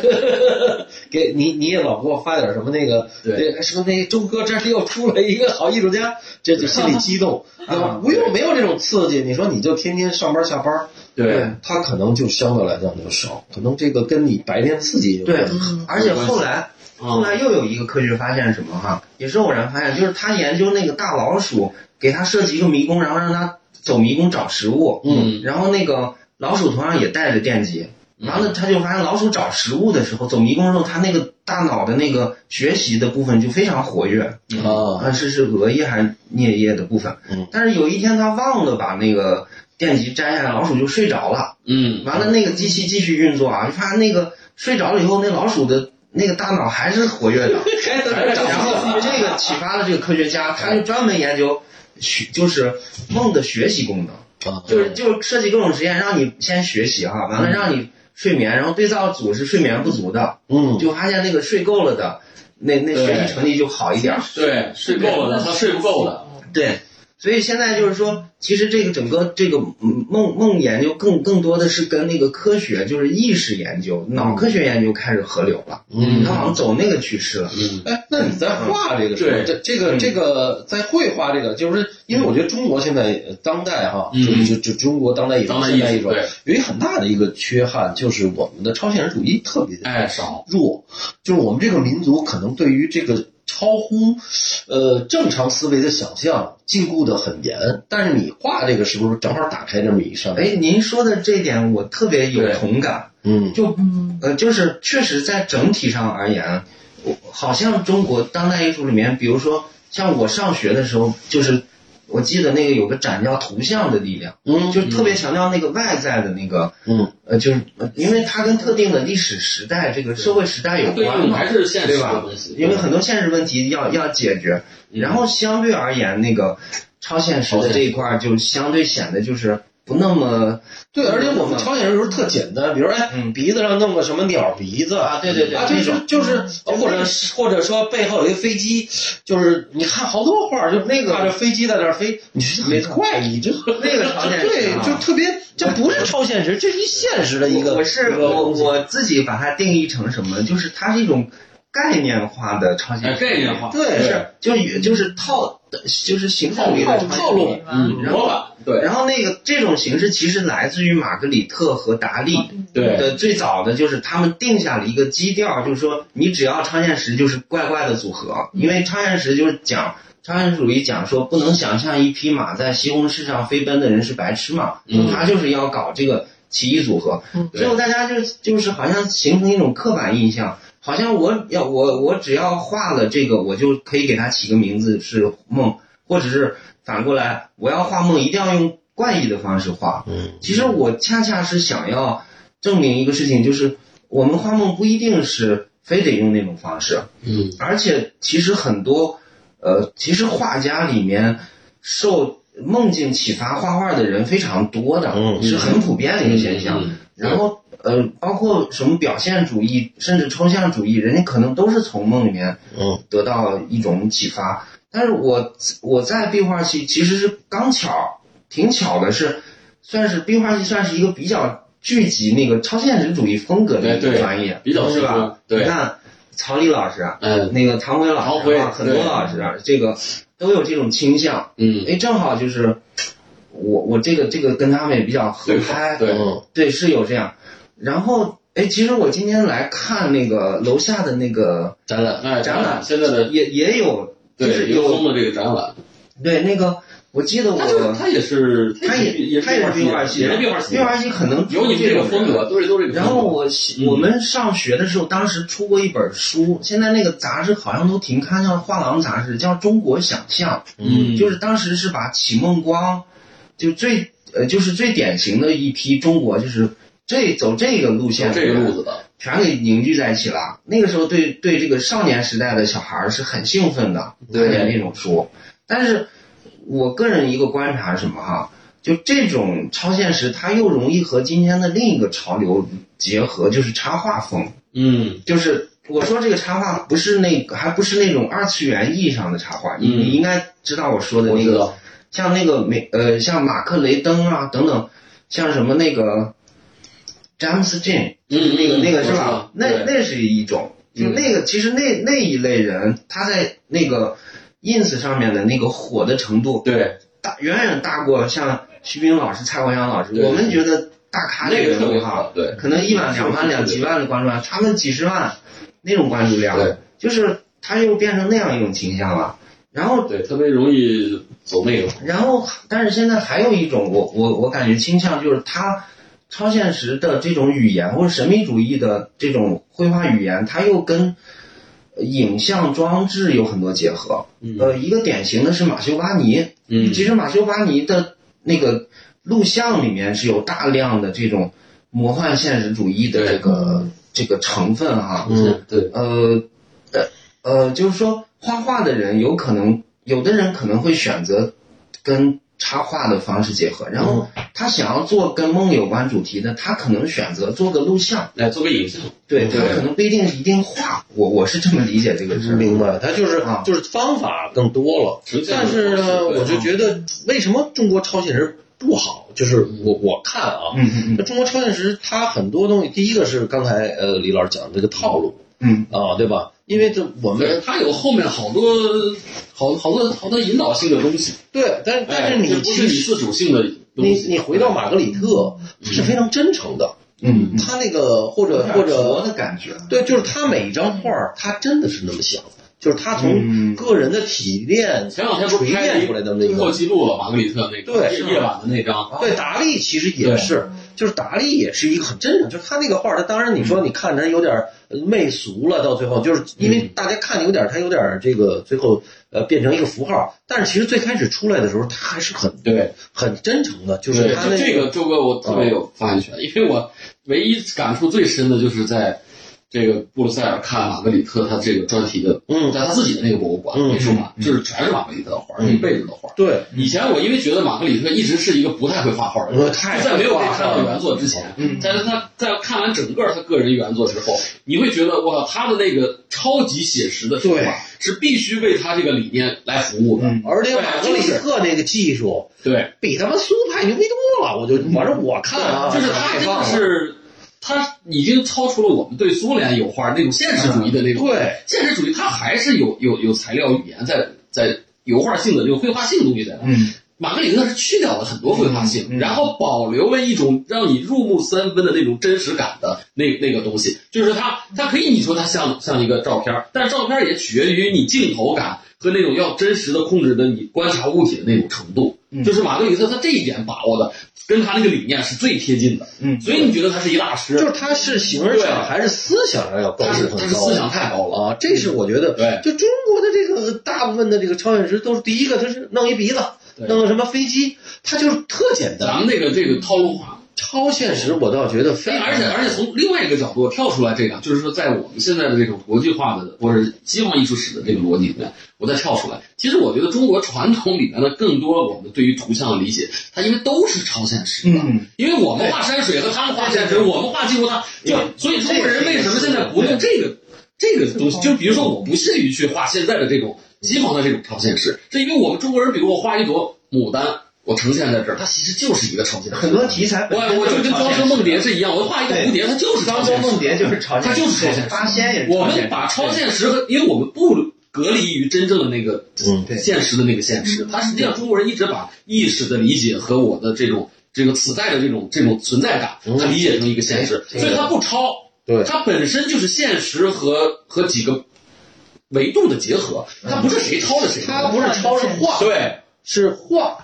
给你你也老给我发点什么那个，
对
那，说那周哥这里又出了一个好艺术家，这就心里激
[laughs]
动，对吧
啊？
我又没有这种刺激，你说你就天天上班下班，
对啊
他可能就相对来讲就少，可能这个跟你白天刺激有
对
关系，
而且后来。后来又有一个科学发现是什么哈，也是偶然发现，就是他研究那个大老鼠，给它设计一个迷宫，然后让它走迷宫找食物。
嗯
然后那个老鼠头上也带着电极，然后呢，他就发现老鼠找食物的时候，走迷宫的时候，它那个大脑的那个学习的部分就非常活跃，
嗯
啊，
[laughs] 啊，是是额叶还是颞叶的部分。
嗯，
但是有一天他忘了把那个电极摘下来，老鼠就睡着了。
嗯
完了，那个机器继续运作啊，就发现那个睡着了以后，那老鼠的那个大脑还是活跃的。
还在那
还
儿
是
找
然
[laughs]
后这个启发了这个科学家，他就专门研究学就是梦的学习功能，
啊，
就是就是设计各种实验让你先学习哈、完了让你睡眠，然后对照组是睡眠不足的，
嗯，
就发现那个睡够了的，那那
对
学习成绩就好一点。
对，睡嗯够了的和睡不够的，
对，所以现在就是说，其实这个整个这个嗯梦梦研究更更多的是跟那个科学，就是意识研究、脑科学研究开始合流了，
嗯
它好像走那个趋势了。
嗯
哎，那你在画这个时候，
对
这这个
嗯
这个在绘画这个，就是因为我觉得中国现在呃当代哈，
嗯
就就就中国当代艺术
当代
现代
艺
艺
术
术
对，
有一很大的一个缺憾，就是我们的超现实主义特别
哎少，
弱，就是我们这个民族可能对于这个超乎呃正常思维的想象禁锢的很严，但是你画这个时候正好打开这么一扇门，
哎，您说的这点我特别有同感，
嗯
就
嗯
呃，就是确实在整体上而言，我好像中国当代艺术里面，比如说像我上学的时候，就是我记得那个有个展叫《图像的力量》，
嗯
就特别强调那个外在的那个，
嗯
呃，就是呃因为它跟特定的历史时代、这个社会时代有
对
关
应
嘛
还，是现实
对
的嗯
吧
东西？，
因为很多现实问题要要解决，然后相对而言，那个超现实的这一块儿就相对显得就是不那么
对，而且我们挑选的时候特简单，比如哎，
嗯
鼻子上弄个什么鸟鼻子
啊，对对对，
啊，就
这种
是就是，
嗯
或者或者说背后有一个飞机，就是你看好多画儿，就
那个
看着飞机在那儿飞，你是很怪异，这
那个朝鲜人
对
啊，
就特
[laughs]
别，这不是超现实，这是一现实的一个。
我是
一个
我
东西
我自己把它定义成什么？就是它是一种概念化的超现
哎，
实，
概念化，
对，是就是就是套，就是形
套
式主义的超
套
现
路
实。，
嗯，
然后
模板，对
然后那个这种形式其实来自于马格里特和达利
对，
的最早的，就是他们定下了一个基调，就是说你只要超现实就是怪怪的组合，因为超现实就是讲超现实主义讲说不能想象一匹马在西红柿上飞奔的人是白痴嘛，
嗯
他就是要搞这个奇异组合，
嗯
最后大家就就是好像形成一种刻板印象。好像我要我我只要画了这个，我就可以给它起个名字是梦，或者是反过来，我要画梦一定要用怪异的方式画。
嗯，
其实我恰恰是想要证明一个事情，就是我们画梦不一定是非得用那种方式，
嗯，
而且其实很多，呃，其实画家里面受梦境启发画画的人非常多的，
嗯
是很普遍的一个现象。
嗯
然后呃，包括什么表现主义，甚至抽象主义，人家可能都是从梦里面
嗯
得到一种启发。但是我我在壁画系其实是刚巧，挺巧的是，算是壁画系算是一个比较聚集那个超现实主义风格的一
对
个
对
专业，
比较
是
适
吧
合？对
你看曹黎老师啊，
嗯
那个唐辉老
唐
师
辉
啊，很多
对
老师啊，这个都有这种倾向。
嗯，
哎，正好就是我我这个这个跟他们也比较合
对
拍，
对
嗯
对是有这样。然后哎，其实我今天来看那个楼下的那个
展览，
哎，展览现在的
也也有，就
对
是
刘松
有
的这个展览，
对那个，我记得我
他就是他也是
他也
也
他也是
壁
壁画
画
系，
也是壁画系
壁，画系可能
有你们这个风格，都是都是这个风
然
格。
后我喜
嗯
我们上学的时候，当时出过一本书，现在那个杂志好像都停刊，叫《画廊杂志》，叫《中国想象》，
嗯，
就是是当时是把启梦光，就最呃就是最典型的一批中国就是这走这个路线
走
的
这个
人
路子的，
全给凝聚在一起了。那个时候对对这个少年时代的小孩儿是很兴奋的，
对
看见那种书。但是我个人一个观察是什么哈，就这种超现实，它又容易和今天的另一个潮流结合，就是插画风。
嗯
就是我说这个插画不是那个，还不是那种二次元意义上的插画，你
嗯
你应该知道我说的
我
那
知
个
道，
像那个美呃，像马克雷登啊等等，像什么那个詹姆斯 Jane。
嗯，
那个那个
我
是
知
吧
道？
那
对
那是一种，就
嗯
那个其实那那一类人，他在那个 ins 上面的那个火的程度，
对
大远远大过像徐冰老师、蔡国阳老师。
对
我们觉得大咖
那个
人
特
物
别
哈，
好，对
可能一万、两万、两几万的关注量，他们几十万那种关注量
对，
就是他又变成那样一种倾向了。然后
对，特别容易走那个，
然后，但是现在还有一种，我我我感觉倾向就是它超现实的这种语言或者神秘主义的这种绘画语言，它又跟呃影像装置有很多结合。
嗯
呃，一个典型的是马修巴尼，
嗯
其实马修巴尼的那个录像里面是有大量的这种魔幻现实主义的这个这个成分哈、
嗯
对，
呃，呃，呃，就是说画画的人有可能，有的人可能会选择跟插画的方式结合，然后他想要做跟梦有关主题的，他可能选择做个录像，
来做个影像，
对他
对
可能不一定一定画，我我是这么理解这个事儿。
明白，他就是、
啊
就是方法更多了。
实际上
但是呢，
对
我就觉得为什么中国超现实不好？就是我我看啊，
嗯嗯
那中国超现实它很多东西，第一个是刚才呃李老师讲的这个套路
嗯
啊，对吧？因为这我
对，
们
它有后面好多好好多好多引导性的东西，
对，但但是
哎这
你
不
其
是你
实
自主性的东
你
西，嗯
你回到马格里特，他是非常真诚的，
嗯嗯，
他那个或者或
有点
者
佛的感觉，啊
对，就是他每一张画儿他真的是那么想的，就是他从
嗯
个人的体验
前两天不
锤
是拍
炼出来的那
最后
个。
记录了马格里特那个
对
夜夜晚的那张，
对，达利其实也
哦对
是，就是达利也是一个很真诚，就是他那个画儿，他当然你说
嗯
你看他有点儿呃媚俗了，到最后就是因
嗯
为大家看有点儿他有点儿这个最后呃变成一个符号，但是其实最开始出来的时候他还是很
对，
很真诚的，就
就是
他那
这个周哥我特别有发言权，因为我唯一感触最深的就是在。这个布鲁塞尔看马格里特他这个专题的，
嗯
在他自己的那个博物馆、
嗯
美术馆，
嗯
就是全是马格里特的画，
嗯
一辈子的画。
对，
以前我因为觉得马格里特一直是一个不太会画画的人，
我
就在没有被看到原作之前，
嗯
但是他在看完整个他个人原作之后，你会觉得哇，他的那个超级写实的手
对
法是必须为他这个理念来服务的。
嗯
而且马格里特那个技术
对，
比他妈苏派牛逼多了，我就反正我看啊，
嗯就是他
太
真
棒
的
了，
是。他已经超出了我们对苏联油画那种现实主义的那种，
对，
现实主义它还是有有有材料语言在在油画性的有绘画性的东西在那儿。
嗯
马格里特是去掉了很多绘画性，
嗯嗯
然后保留了一种让你入木三分的那种真实感的那那个东西，就是它，它可以你说它像像一个照片儿，但照片儿也取决于你镜头感和那种要真实的控制的你观察物体的那种程度。
嗯
就是马格里特他这一点把握的，跟他那个理念是最贴近的，
嗯
所以你觉得他是一大师，
就是他是形式上还是思想上要高
他
度
是
很
他是
高
思想太高了，
啊，这是我觉得
嗯对，
就中国的这个大部分的这个超现实都是第一个，他是弄一鼻子，
对
弄个什么飞机，他就是特简
咱
单。
们这个这个套路化
超现实我倒觉得非
但
常，
而且而且从另外一个角度跳出来，这个就是说，在我们现在的这种国际化的或者西方艺术史的这个逻辑里面，我再跳出来，其实我觉得中国传统里面的更多我们对于图像的理解，它因为都是超现实的，
嗯
因为我们画山水和他们画山水，我们画镜湖，他就所以中国人为什么现在不用这个这个东西？就比如说，我不屑于去画现在的这种西方的这种超现实，是因为我们中国人，比如我画一朵牡丹。我呈现在这儿，它其实就是一个超现实。
很多题材
我
本身
我就
就
跟
是
庄周梦蝶是一样，我画一个蝴蝶，它就是
张周梦蝶就是朝鲜，
它就是朝鲜
八仙也是
我
朝鲜
们把超现实和，因为我们不隔离于真正的那个
嗯
对
现实的那个现实，它实际上中国人一直把意识的理解和我的这种这个此在的这种这种存在感，
嗯
它理解成一个现实，
对
所以它不超，
对
它本身就是现实和和几个维度的结合，
嗯
它不是谁超了谁，
他不是超是画，
对。
是画，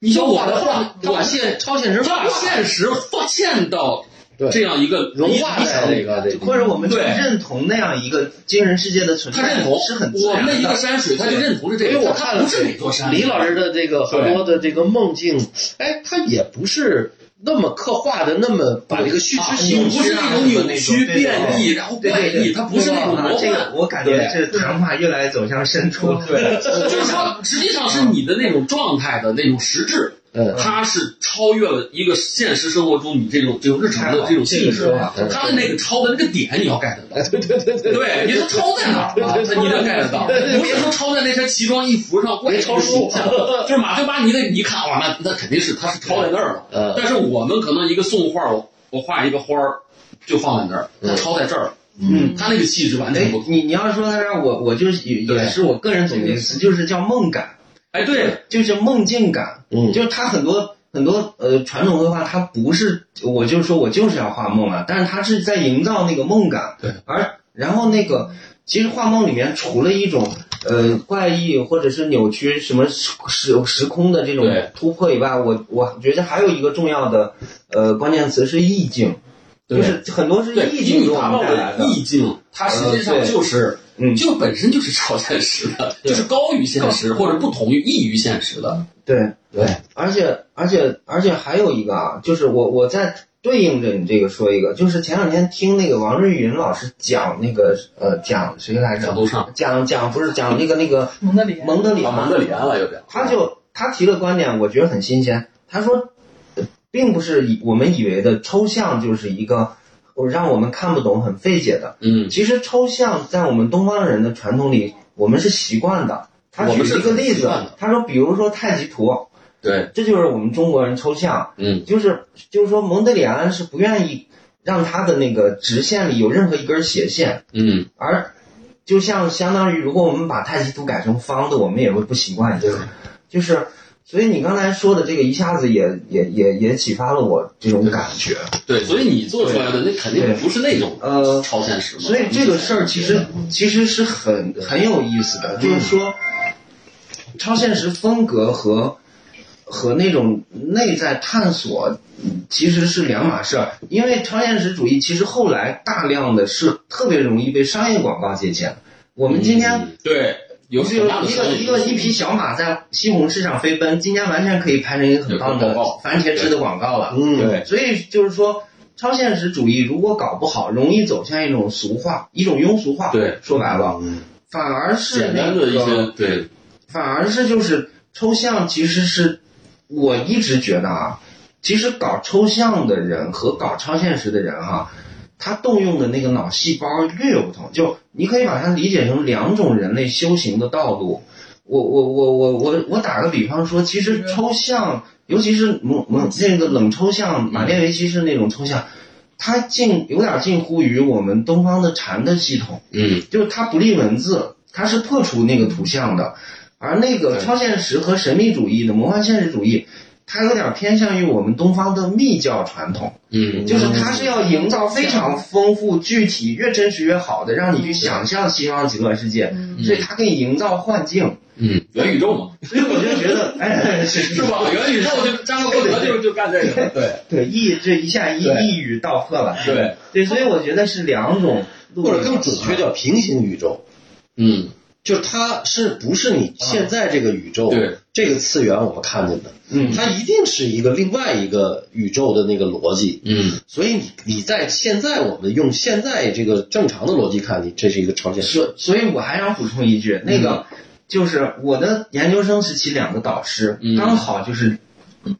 你像我的
画
画，，
画
我
现超现实
把
画，
现实发现到
对
这样一个
融
理
化
理想
在这个这
或
个，
者我们就
对
认同那样一个精神世界的存在，
他认同
是很自
我
然
们的一个山水，他就认同了这个。
因为我
他
看了
不是每座山，
李老师的这个很多的这个梦境，哎，他也不是那么刻画的那么把这个虚
啊
之形
你不是那种扭曲
对对对
变异，然后
对
怪
对对
异，他不是那种
啊
魔
这
幻
个。我感觉这谈话越来越走向深处了。对，
就是说，实际上是你的那种状态的那种实质，
嗯
它是超越了一个现实生活中你这种这种日常的这种性质
这个是吧，
它的那个超的那个点你要 get 到。
嗯 [laughs] 对对对对，
对，你说超在哪儿啊？你能 get 到？不是说超在那身奇装异服上，怪
没超
出
出，
就是马菲巴尼的，你一看哇，那那肯定是他是超在那儿了。
嗯
但是我们可能一个宋画，我我画一个花儿，就放在那儿，
嗯
它超在这儿，
嗯，
它那个气质完全
哎
不，同。
你你要说他让我，我就是也
对
也是我个人总结词，就是叫梦感，
哎，对，
就是梦境感，
嗯
就是他很多。很多呃传统绘画，它不是我就是说我就是要画梦啊，但是它是在营造那个梦感。
对，
而然后那个其实画梦里面除了一种呃怪异或者是扭曲什么时时时空的这种
对
突破以外，我我觉得还有一个重要的呃关键词是意境，
对
就是很多是
对，
意境
你
给我
达
们
到
带来
了
的。
意境，它实际上
呃对
就是，
嗯
就本身就是超现实的，就是高于现实或者不同于异于现实的。
对
对，
而且而且而且还有一个啊，就是我我在对应着你这个说一个，就是前两天听那个王瑞云老师讲那个呃讲谁来
角
着？
度上，
讲讲不是讲那个那个
蒙德里安
蒙德里
啊，
昂
蒙德里安了有点，
他就他提了观点，我觉得很新鲜。他说，呃并不是以我们以为的抽象就是一个呃让我们看不懂、很费解的。
嗯，
其实抽象在我们东方人的传统里，我们是习惯的。他
我
举
们是
了一个
很
例
习
子
惯的，
他说，比如说太极图，
对，
这就是我们中国人抽象，
嗯，
就是就是说蒙德里安是不愿意让他的那个直线里有任何一根斜线，
嗯，
而就像相当于，如果我们把太极图改成方的，我们也会不习惯，就是就是，所以你刚才说的这个一下子也也也也启发了我这种感觉。
对，所以你做出来的那肯定不是那种
呃，
超现实嘛。
所以这个事儿其实其实是很很有意思的，就是说，超现实风格和和那种内在探索嗯其实是两码事儿。因为超现实主义其实后来大量的是特别容易被商业广告借鉴。我们今天
嗯对有
就
很大的
一个一个 E 一匹小马在西红柿上飞奔，今天完全可以拍成一个很棒
有个
的
广告
番茄汁的广告了。
嗯，
对
所以就是说，超现实主义如果搞不好，容易走向一种俗化，一种庸俗化。
对，
说白了，
嗯
啊
反而是
简
那
单的
个，
一些对，
反而是就是抽象，其实是我一直觉得啊，其实搞抽象的人和搞超现实的人哈、他动用的那个脑细胞略有不同，就你可以把它理解成两种人类修行的道路。我我我我我我打个比方说，其实抽象，尤其是某某那个冷抽象，马列维奇是那种抽象，它近有点近乎于我们东方的禅的系统。
嗯，
就是它不立文字，它是破除那个图像的，而那个超现实和神秘主义的魔幻现实主义，它有点偏向于我们东方的密教传统，
嗯，
就是它是要营造非常丰富、具体、越真实越好的，让你去想象西方极乐世界，
嗯
所以它可以营造幻境，
嗯，元宇宙嘛，
[laughs] 所以我就觉得，哎，是
是？吧？元宇宙就扎克伯格就就干这个，对
对，一这一下一
对
一语道破了，
对，
对，所以我觉得是两种路，
或者更准确叫平行宇宙，
嗯，
就是它是不是你现在这个宇宙、
对
这个次元我们看见的，
嗯
它一定是一个另外一个宇宙的那个逻辑，
嗯，
所以你你在现在我们用现在这个正常的逻辑看，你这是一个超现实，
所所以我还想补充一句，那个、
嗯
就是我的研究生时期两个导师，
嗯
刚好就是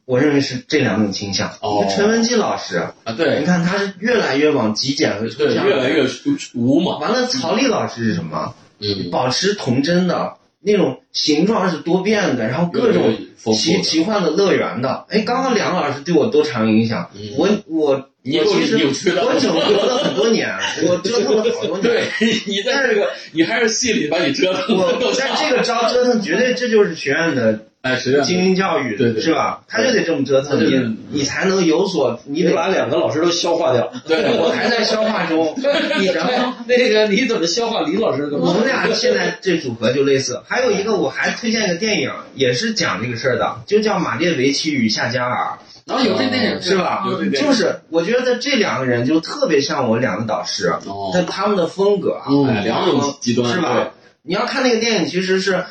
我认为是这两种倾向。
哦
一个陈文基老师，
啊，
你
对
看他是越来越往极简和抽
对，
象，
越来越无嘛，
完了。曹丽老师是什么？
嗯，
保持童真的那种形状是多变的，然后各种
丰富
奇
的
奇幻的乐园的。哎，刚刚两个老师对我都常有影响。
嗯
我我
你
我
有
其实
你有缺的
我整合了很多年，我折腾了好多年。
[laughs] 对你在这个，你还是戏里把你折腾的
我 [laughs] 但这个招折
[laughs]
腾，绝对这就是学院的
哎，实际上
精英教育，
对对
是吧？他就得这么折腾
对对对
你，你才能有所，你
你
得
得把两个老师都消化掉。
对，
我还在消化 [laughs] 中，你然后。
那个你怎么消化李老师的？
我们俩现在这组合就类似，还有一个我还推荐一个电影，也是讲这个事儿的，就叫《马列维奇与夏加尔
然后有这电影》，
是吧？
有这电影
就是我觉得这两个人就特别像我两个导师，
哦
但他们的风格啊，
哎，两种极端
是吧？？你要看那个电影，其实是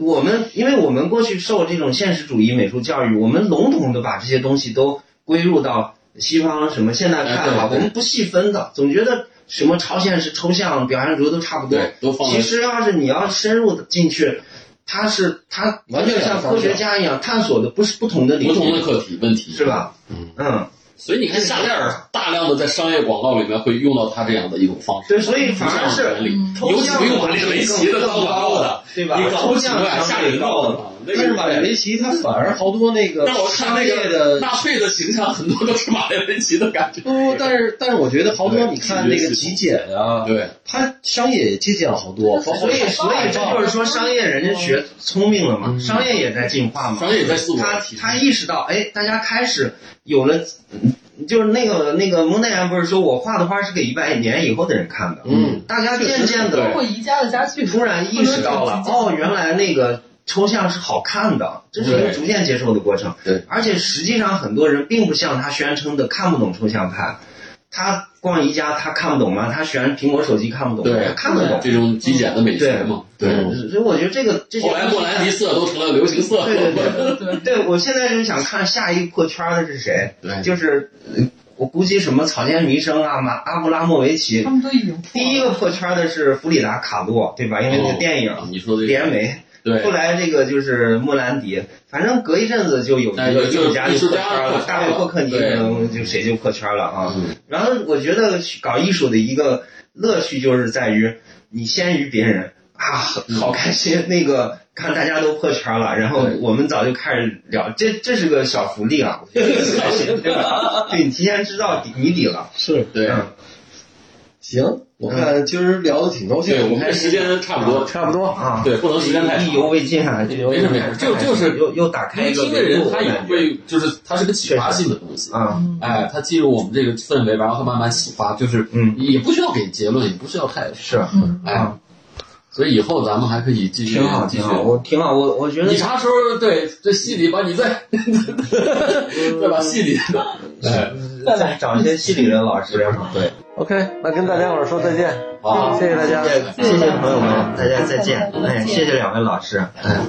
我们，因为我们过去受这种现实主义美术教育，我们笼统的把这些东西都归入到西方什么现代
哎
看
对
法，
对
我们不细分的，总觉得什么超现实、抽象、表现主义都差不多。
对，都放在
其实要是你要深入的进去，它是它完全像科学家一样探索的，不是不同的领域，
不同的课题问题
是？吧？
嗯
嗯，
所以你看夏加尔大量的在商业广告里面会用到他这样的一种方式，
对，所以反而
这样
是
的原理
嗯
抽
尤其
象
不用把这个维奇的
更
当广告
高
的，
对吧？
你搞
抽
不清
象
啊，吓人到的
的。
嘛。那
但是
个
马列维奇他反而好多那个
但我看
商
那
业
个
的
纳粹的形象，很多都是马列维奇的感觉。
不，但是但是我觉得好多
对
你看那个极简啊，
对，
他商业也借鉴了好多，包括
所以，所以这就是说，商业人家学聪明了嘛，
嗯
商业也在进化嘛。
商业也在自我
他
提升
他意识到，哎，大家开始有了，嗯就是那个那个蒙代尔不是说我画的画是给一百年以后的人看的，
嗯，
大家渐渐
确实
的
对
包括宜家的家具，
突然意识到了，哦，原来那个抽象是好看的，这是一个
对
逐渐接受的过程。
对，
而且实际上很多人并不像他宣称的看不懂抽象派，他逛宜家他看不懂吗？他选苹果手机看不懂吗？
对
他看得懂。
这种极简的美学嘛。对，
所以我觉得这个这些
后来莫兰迪色都成了流行色。
对对对
对对，
对，我现在就想看下一个破圈的是谁，
[laughs] 对
就是呃我估计什么草间弥生啊、马阿布拉莫维奇
他，们都已经
第一个破圈的是弗里达卡洛，对吧？因为那个电影。
啊你说的
连梅，后
对，
来这个就是莫兰迪，反正隔一阵子就有一
哎
个
有
艺术家
有
就
艺
破圈
术家破圈
了，
了
大卫霍克尼
对
可能就谁就破圈了啊。
嗯
然后我觉得搞艺术的一个乐趣就是在于你先于别人啊，好开心。那个看大家都破圈了，然后
嗯对
我们早就开始聊，这这是个小福利
[laughs]
啊，我觉得很开心对吧？对你提前知道底谜底了，
是
对
嗯
行，我看今儿聊的挺高兴，
对，我们这时间差不多。
差不多。
啊，
对，不能时间太
意
长。
犹未尽啊，意犹未尽
没事没事就就是
又又打开
年
一个
轻的
维
人
度
他也会，就是它是个启发性的东西。
啊，
哎，他进入我们这个氛围，然后他慢慢启发，就是
嗯
也不需要给结论，也不需要太
是。
嗯，
哎，所以以后咱们还可以继续
挺好，
继
挺
续。
好，我挺好，我我觉得
你啥时候对这戏里把你再 [laughs] 再把戏里哎
再找一些戏里的老师啊，对，
OK，那跟大家伙儿说再见，
好。
谢谢大家。
谢谢朋友们，大家再见，哎，谢谢两位老师，嗯。